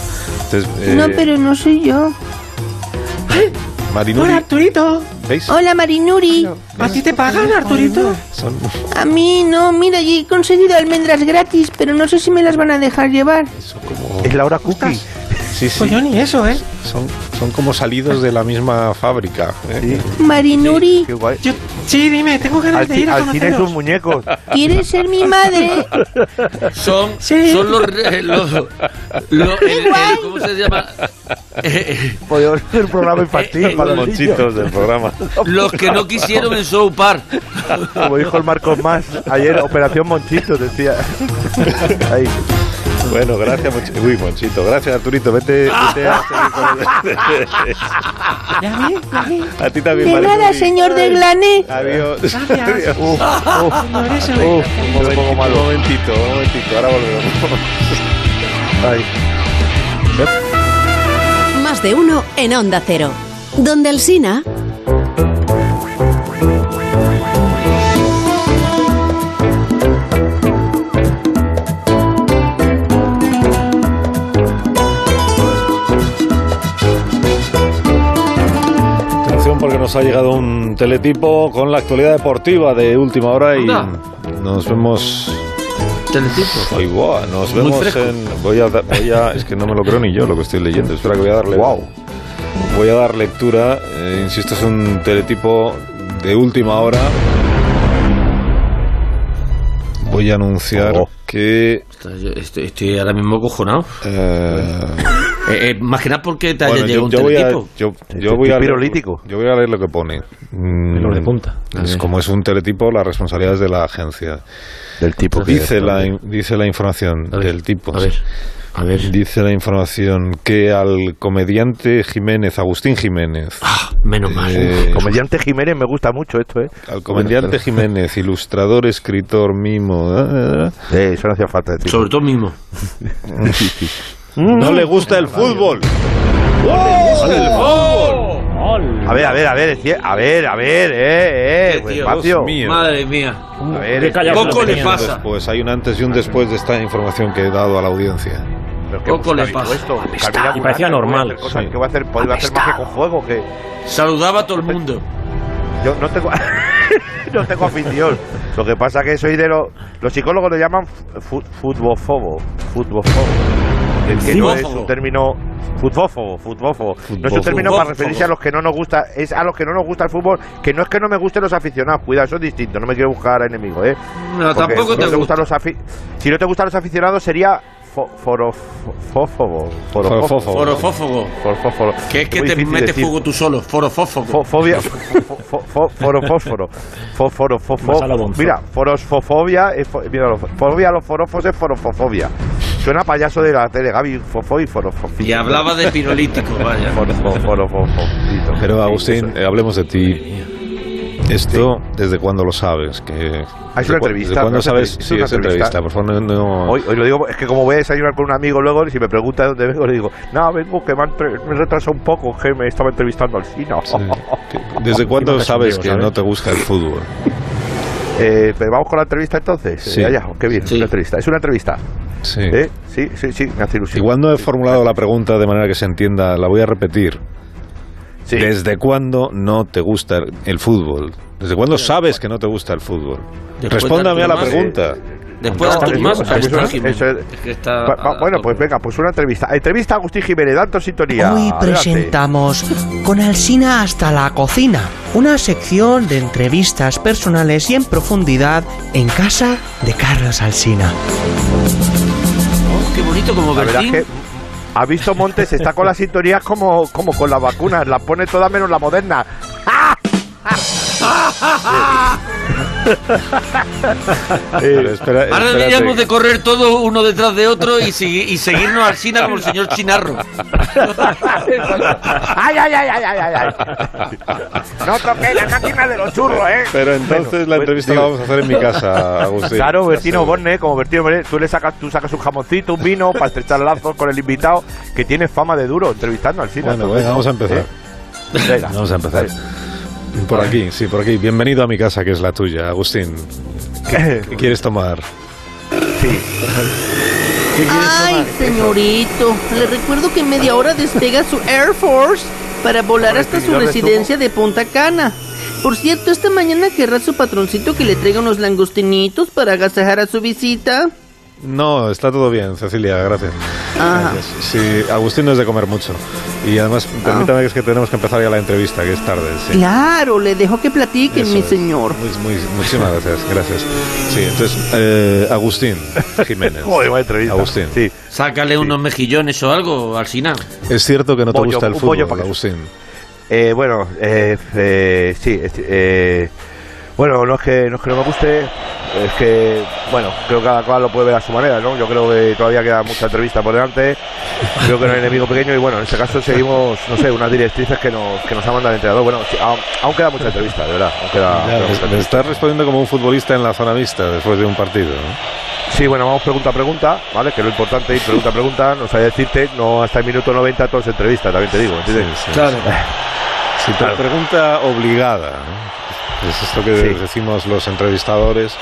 Speaker 1: Entonces, eh,
Speaker 12: No, pero no soy yo.
Speaker 1: Marinuri,
Speaker 13: Arturito.
Speaker 1: ¿veis?
Speaker 12: Hola, Marinuri.
Speaker 13: ¿A ti te pagan, Arturito?
Speaker 1: Son-
Speaker 12: A mí no, mira, yo he conseguido almendras gratis, pero no sé si me las van a dejar llevar.
Speaker 2: Es la hora cookie.
Speaker 1: sí, sí,
Speaker 13: Pues yo ni eso, ¿eh?
Speaker 1: son, son como salidos de la misma fábrica. ¿eh?
Speaker 12: Marinuri,
Speaker 2: Qué guay.
Speaker 13: Yo, sí, dime, tengo ganas de ir a
Speaker 2: Al cine sus
Speaker 13: conoceros.
Speaker 2: muñecos.
Speaker 12: ¿quieres ser mi madre?
Speaker 4: Son,
Speaker 13: Sí.
Speaker 4: son los... re- los- lo- el- el- ¿Cómo se llama?
Speaker 2: Podríamos hacer Pues un programa infantil
Speaker 1: eh,
Speaker 2: para los niños.
Speaker 1: Mochitos del programa.
Speaker 4: Los que no quisieron en Show Park.
Speaker 2: Como dijo el Marcos Más ayer, Operación Monchito, decía.
Speaker 1: Eh.
Speaker 2: Ahí.
Speaker 1: Bueno, gracias, Monchito. Uy, Monchito. Gracias, Arturito. Vete, vete a seguir con el-
Speaker 13: ¿Ya vi? ¿Ya vi?
Speaker 1: A ti también,
Speaker 12: De
Speaker 1: Marinuri.
Speaker 12: nada, señor de Glané.
Speaker 1: Adiós.
Speaker 13: Gracias.
Speaker 1: Uf, uf.
Speaker 13: Señores,
Speaker 1: Uf, un momentito, un momentito, un momentito, ahora volvemos. Ay.
Speaker 8: Más de uno en Onda Cero. Donde Alsina.
Speaker 1: Atención porque nos ha llegado un teletipo con la actualidad deportiva de última hora y
Speaker 4: Anda.
Speaker 1: nos vemos.
Speaker 4: Teletipo.
Speaker 1: Ay, guau, nos
Speaker 4: Muy
Speaker 1: vemos
Speaker 4: fresco.
Speaker 1: en. Voy a, da- voy a- Es que no me lo creo ni yo lo que estoy leyendo. Espera que voy a darle. Wow. Voy a dar lectura. eh, insisto, es un teletipo de última hora. Voy a anunciar
Speaker 4: Oh.
Speaker 1: que.
Speaker 4: Estoy, estoy- estoy ahora mismo cojonado.
Speaker 1: eh,
Speaker 4: Eh, eh, más que nada porque te haya
Speaker 1: Bueno,
Speaker 4: llegado
Speaker 1: yo,
Speaker 4: un
Speaker 1: yo voy a,
Speaker 4: teletipo.
Speaker 1: yo, yo
Speaker 2: El
Speaker 1: voy a
Speaker 2: pirolítico.
Speaker 1: Leer, yo voy a leer lo que pone. Mm,
Speaker 3: Lo de punta.
Speaker 1: Es
Speaker 3: Eh.
Speaker 1: como es un teletipo, las responsabilidades de la agencia.
Speaker 2: Del tipo
Speaker 1: Dice la, in- dice la información
Speaker 4: A ver,
Speaker 1: del tipo.
Speaker 2: pues,
Speaker 4: A ver, a ver.
Speaker 1: Dice la información que al comediante Jiménez, Agustín Jiménez,
Speaker 4: Ah, menos mal.
Speaker 1: Eh,
Speaker 2: Comediante Jiménez me gusta mucho esto, ¿eh?
Speaker 1: al comediante Jiménez, ilustrador, escritor, mimo, ah, ah,
Speaker 2: Eh, eso no hacía falta decir.
Speaker 4: Sobre todo mismo.
Speaker 2: Mm.
Speaker 1: no le gusta el fútbol. ¡Oh! ¡El fútbol!
Speaker 2: A ver, a ver, a ver, cie- a ver, a ver, eh, eh,
Speaker 4: Qué tío,
Speaker 2: espacio.
Speaker 1: Dios mío.
Speaker 4: Madre mía.
Speaker 2: A ver,
Speaker 3: Qué
Speaker 2: es-
Speaker 3: callado
Speaker 4: Poco
Speaker 3: lo
Speaker 4: le
Speaker 3: tenían.
Speaker 4: pasa.
Speaker 1: Pues hay un antes y un después de esta información que he dado a la audiencia.
Speaker 2: pero que pues,
Speaker 4: Poco
Speaker 2: busca
Speaker 4: le pasa.
Speaker 2: esto, busca
Speaker 3: Amistad.
Speaker 2: vida
Speaker 3: Y parecía
Speaker 2: vulgar,
Speaker 3: normal.
Speaker 2: voy a ¿eh? hacer cosas,
Speaker 1: Sí.
Speaker 2: ¿Qué voy a hacer? Voy a hacer más que con juego, que
Speaker 4: Saludaba a todo el mundo.
Speaker 2: yo no tengo no tengo afición. Lo que pasa que soy de los los psicólogos lo llaman fu- futbofobo, futbofobo. El que no es
Speaker 4: Futbófobo.
Speaker 2: un término futbófobo, futbófobo. No es un término para referirse a los que no nos gusta, es a los que no nos gusta el fútbol, que no es que no me gusten los aficionados, cuidado, eso es distinto, no me quiero buscar enemigos, eh.
Speaker 4: No,
Speaker 2: Porque
Speaker 4: tampoco
Speaker 2: si
Speaker 4: te
Speaker 2: no
Speaker 4: gusta.
Speaker 2: gustan los afi- si no te gustan los aficionados sería fo- forofófobo.
Speaker 4: Forofófobo. Forofófobo.
Speaker 2: Forofófobo.
Speaker 4: Que es que
Speaker 2: muy
Speaker 4: te
Speaker 2: difícil
Speaker 4: metes
Speaker 2: decir.
Speaker 4: fuego tú solo, forofófobo.
Speaker 2: Fo- Fobia. fo- fo- fo- Forofósforo. Fo- foro- fo- fo-
Speaker 4: Más a la bonzo.
Speaker 2: Mira, forosfofobia. es fo- mira, lo- Fobia a los forofos es forofofobia. Suena a payaso de la tele, Gaby. Fofo y forofofito.
Speaker 4: Y hablaba de pirolítico, vaya.
Speaker 2: Forofo- forofofito.
Speaker 1: Pero Agustín, eh, hablemos de ti. Esto, ¿desde cuándo lo sabes? Que,
Speaker 2: Ah, es una
Speaker 1: ¿desde cu-
Speaker 2: entrevista,
Speaker 1: ¿Desde cuándo
Speaker 2: es una
Speaker 1: sabes?
Speaker 2: entrevista, es
Speaker 1: Sí,
Speaker 2: una
Speaker 1: es entrevista.
Speaker 2: entrevista.
Speaker 1: Por favor, no- no...
Speaker 2: Hoy, hoy lo digo, es que como voy a desayunar con un amigo luego, si me pregunta de dónde vengo, le digo, no, vengo que me, han tre- me he retrasado un poco, que me estaba entrevistando al cine.
Speaker 1: ¿Desde cuándo
Speaker 2: Encima
Speaker 1: sabes
Speaker 2: cachondeo,
Speaker 1: que
Speaker 2: ¿sabes?
Speaker 1: no te gusta el fútbol?
Speaker 2: Eh, pero vamos con la entrevista entonces.
Speaker 1: Sí.
Speaker 2: Eh, allá, qué bien, una entrevista. Es una entrevista.
Speaker 1: Sí.
Speaker 2: ¿Eh? Sí, sí, sí, me hace ilusión.
Speaker 1: Igual no he formulado la pregunta de manera que se entienda, la voy a repetir. ¿Desde cuándo no te gusta el fútbol? ¿Desde cuándo sabes que no te gusta el fútbol?
Speaker 4: Después
Speaker 1: Respóndame
Speaker 4: de eh.
Speaker 1: a la
Speaker 4: Artur Mas,
Speaker 1: pregunta.
Speaker 4: Después de
Speaker 2: No,
Speaker 4: Artur
Speaker 2: no,
Speaker 4: Mas,
Speaker 2: no, no,
Speaker 4: es
Speaker 2: no,
Speaker 4: trágico.
Speaker 2: eso es-
Speaker 4: Es que está
Speaker 2: Va- va-
Speaker 4: a-
Speaker 2: bueno, pues venga, pues una entrevista. Entrevista a Agustín Jiménez, datos sintonía.
Speaker 14: Hoy
Speaker 2: Adelante.
Speaker 14: presentamos Con Alsina hasta la cocina, una sección de entrevistas personales y en profundidad en casa de Carlos Alsina.
Speaker 4: Oh, Qué bonito como
Speaker 2: La verdad
Speaker 4: Berlín.
Speaker 2: es que ha visto Montes, está con las sintonías como, como con las vacunas, las pone todas menos la moderna.
Speaker 1: Pero espera,
Speaker 4: Ahora
Speaker 1: espérate.
Speaker 4: deberíamos de correr todos uno detrás de otro y, segui- y seguirnos al Sina como el señor Chinarro.
Speaker 2: ¡Ay, ay, ay, ay, ay, ay! ay. No toqué la máquina de los churros, ¿eh?
Speaker 1: Pero entonces
Speaker 2: Bueno,
Speaker 1: la entrevista
Speaker 2: digo-
Speaker 1: la vamos a hacer en mi casa, Agustín.
Speaker 2: Claro, Bertino Borne, como Bertino Borne, tú le sacas, tú sacas un jamoncito, un vino para estrechar lazos con el invitado que tiene fama de duro entrevistando al cine. ¿Eh?
Speaker 1: Bueno, venga, vamos a empezar.
Speaker 2: Venga.
Speaker 1: Vamos a empezar. Por aquí, sí, por aquí. Bienvenido a mi casa, que es la tuya, Agustín. ¿Qué, qué quieres tomar?
Speaker 2: Sí.
Speaker 12: Ay, señorito, le recuerdo que en media hora despega su Air Force para volar hasta su
Speaker 15: recibidor de
Speaker 12: residencia de Punta Cana. Por cierto, esta mañana querrá su patroncito que le traiga unos langostinitos para agasajar a su visita.
Speaker 1: No, está todo bien, Cecilia, gracias.
Speaker 12: Ajá.
Speaker 1: Gracias. Sí, Agustín no es de comer mucho. Y además, permítame que es que tenemos que empezar ya la entrevista, que es tarde. sí.
Speaker 12: Ah. Claro, le dejo que platiquen,
Speaker 1: Eso
Speaker 12: mi
Speaker 1: es.
Speaker 12: señor.
Speaker 1: Muy- muy- muchísimas gracias, gracias. Sí, entonces, eh, Agustín Jiménez.
Speaker 2: Joder, buena entrevista.
Speaker 1: Agustín.
Speaker 4: Sácale unos mejillones o algo al Sina.
Speaker 1: Es cierto que no te
Speaker 2: Pollo,
Speaker 1: gusta el
Speaker 2: un pollo
Speaker 1: fútbol,
Speaker 2: para que-
Speaker 1: Agustín.
Speaker 2: Eh, bueno, eh, eh, sí, es- eh, bueno, no es, que, no es que no me guste, es que, bueno, creo que cada cual lo puede ver a su manera, ¿no? Yo creo que todavía queda mucha entrevista por delante, creo que no hay enemigo pequeño y bueno, en este caso seguimos, no sé, unas directrices que nos, que nos ha mandado el entrenador. Bueno, sí, aún, aún queda mucha entrevista, de verdad, aún queda-
Speaker 1: Ya,
Speaker 2: queda mucha
Speaker 1: me- me estás respondiendo como un futbolista en la zona mixta después de un partido. ¿no?
Speaker 2: Sí, bueno, vamos pregunta a pregunta, ¿vale? Que lo importante es ir pregunta a pregunta, no sabía decirte, no hasta el minuto 90 todo es entrevista, también te digo, ¿entiendes?
Speaker 1: Claro. Sí, pero pregunta obligada. ¿no? Es esto que
Speaker 2: Sí.
Speaker 1: decimos los entrevistadores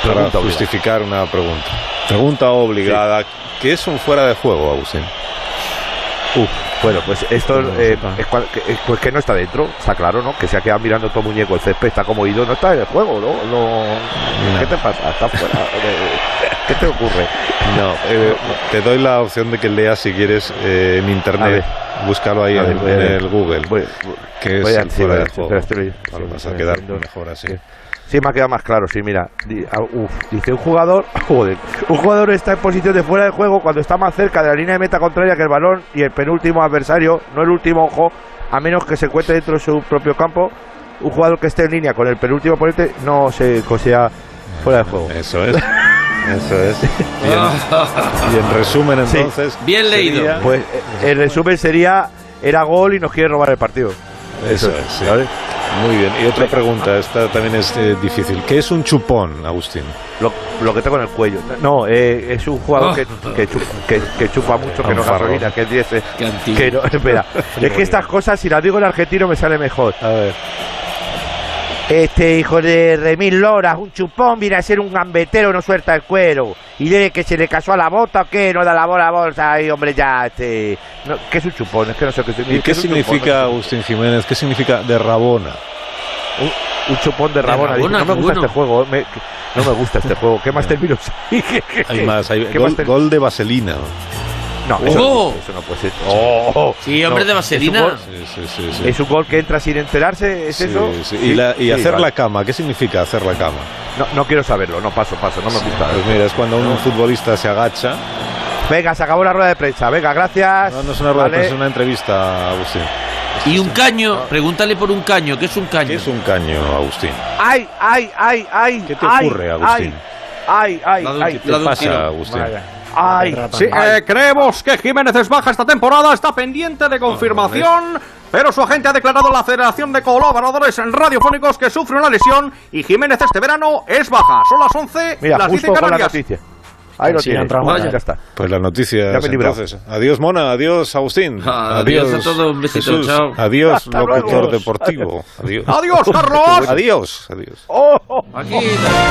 Speaker 1: para
Speaker 2: Pregunta obligada.
Speaker 1: justificar una pregunta. Pregunta obligada. ¿Qué es un fuera de juego, Agustín?
Speaker 2: bueno, pues esto eh, es, cua- que, es- pues que no está dentro, está claro, ¿no? Que se ha quedado mirando todo muñeco el césped, está como ido, no está en el juego, ¿no? no ¿Qué te pasa? Está fuera. eh, ¿Qué te ocurre?
Speaker 1: No, eh, te doy la opción de que leas si quieres eh, en
Speaker 2: A ver.
Speaker 1: internet. Búscalo ahí
Speaker 2: A
Speaker 1: en,
Speaker 2: ver, voy a
Speaker 1: en
Speaker 2: leer.
Speaker 1: el Google. que
Speaker 2: Voy
Speaker 1: es
Speaker 2: a-
Speaker 1: el
Speaker 2: sí,
Speaker 1: fuera
Speaker 2: voy a-
Speaker 1: de juego.
Speaker 2: espera, estoy-
Speaker 1: Vale,
Speaker 2: sí,
Speaker 1: vas a
Speaker 2: este estoy
Speaker 1: quedar
Speaker 2: leyendo.
Speaker 1: mejor así.
Speaker 2: Sí, me ha quedado más claro, sí, mira. Di- ah, uf, dice un jugador, joder, un jugador está en posición de fuera de juego cuando está más cerca de la línea de meta contraria que el balón y el penúltimo adversario, no el último, ojo, a menos que se encuentre dentro de su propio campo. Un jugador que esté en línea con el penúltimo oponente no se considera fuera de juego.
Speaker 1: Eso es. Eso es. Y en, y en resumen,
Speaker 2: Ah. Sí.
Speaker 1: entonces.
Speaker 4: Bien leído.
Speaker 1: sería-
Speaker 2: Pues eh, el resumen sería, era gol y nos quiere robar el partido.
Speaker 1: Eso es, sí. Muy bien. Y otra pregunta, esta también es eh, difícil. ¿Qué es un chupón, Agustín?
Speaker 2: Lo, que tengo en el cuello. No, eh, es un jugador
Speaker 1: Ah.
Speaker 2: que, que chupa, que- que chupa mucho, que no
Speaker 1: Anfarro.
Speaker 2: gasolina, que es diésel,
Speaker 1: Qué antiguo.
Speaker 2: que no- espera, es que estas cosas, si las digo en argentino, me sale mejor.
Speaker 1: A ver.
Speaker 2: Este hijo de Remil Loras, un chupón, viene a ser un gambetero, no suelta el cuero. Y desde que se le casó a la bota o qué, no da la bola a la bolsa. Ay, hombre, ya, este. no, ¿Qué es un chupón? Es que no sé qué es-
Speaker 1: ¿Y
Speaker 2: ¿qué
Speaker 1: qué
Speaker 2: es un chupón?
Speaker 1: significa, Agustín Jiménez, qué significa de Rabona?
Speaker 2: Un, un chupón de Rabona. dice,
Speaker 1: Rabona,
Speaker 2: no
Speaker 1: qué
Speaker 2: me gusta
Speaker 1: bueno.
Speaker 2: este juego, me- que- no me gusta este juego. ¿Qué más términos hay? ¿Qué- qué-
Speaker 1: Hay más, hay
Speaker 2: qué
Speaker 1: gol,
Speaker 2: más te-
Speaker 1: gol de vaselina.
Speaker 2: No, eso no, eso no puede ser. Oh,
Speaker 4: Sí, hombre
Speaker 2: no,
Speaker 4: de vaselina.
Speaker 2: es un
Speaker 1: Sí, sí, sí,
Speaker 2: gol-
Speaker 1: sí.
Speaker 2: Ah. Es un gol que entra sin enterarse, ¿es
Speaker 1: Sí,
Speaker 2: eso?
Speaker 1: sí.
Speaker 2: Sí,
Speaker 1: Y, la- y
Speaker 2: sí,
Speaker 1: hacer
Speaker 2: vale.
Speaker 1: la cama, ¿qué significa hacer la cama?
Speaker 2: No, no quiero saberlo, no paso, paso, no me gusta.
Speaker 1: Pues mira, es cuando un futbolista se agacha
Speaker 2: Venga, se acabó la rueda de prensa. Venga, gracias.
Speaker 1: No, no es una rueda
Speaker 2: Ah, Vale.
Speaker 1: de prensa, es una entrevista, Agustín.
Speaker 4: Y un caño, pregúntale por un caño, ¿qué es un caño? ¿Qué
Speaker 1: es un caño, Agustín?
Speaker 2: ¡Ay, ay, ay, ay! ¿Qué
Speaker 1: te ocurre, Agustín?
Speaker 2: ¡Ay, ay,
Speaker 1: ¿Qué
Speaker 2: ay!
Speaker 1: te pasa, Agustín?
Speaker 2: ¡Ay!
Speaker 3: Sí, eh, creemos que Jiménez es baja esta temporada, está pendiente de confirmación. Pero su agente ha declarado a la Federación de Colaboradores Radiofónicos que sufre una lesión y Jiménez este verano es baja. Son las 11,
Speaker 2: Mira,
Speaker 3: las 10
Speaker 2: justo con
Speaker 3: en
Speaker 2: la
Speaker 3: Canarias.
Speaker 2: noticia. Ahí lo
Speaker 1: Sí,
Speaker 2: tiene.
Speaker 1: entramos.
Speaker 2: Vaya.
Speaker 1: Vaya.
Speaker 2: Ya está.
Speaker 1: Pues las
Speaker 2: Ya
Speaker 1: noticias
Speaker 2: me he librado.
Speaker 1: entonces. Adiós Mona, adiós Agustín.
Speaker 4: Ah, adiós a todos, un besito,
Speaker 1: Jesús.
Speaker 4: chao.
Speaker 1: Adiós
Speaker 4: Hasta
Speaker 1: locutor
Speaker 4: luego.
Speaker 1: deportivo. Adiós.
Speaker 3: Adiós, Carlos.
Speaker 1: Adiós, adiós.
Speaker 3: Oh,
Speaker 4: Aquí.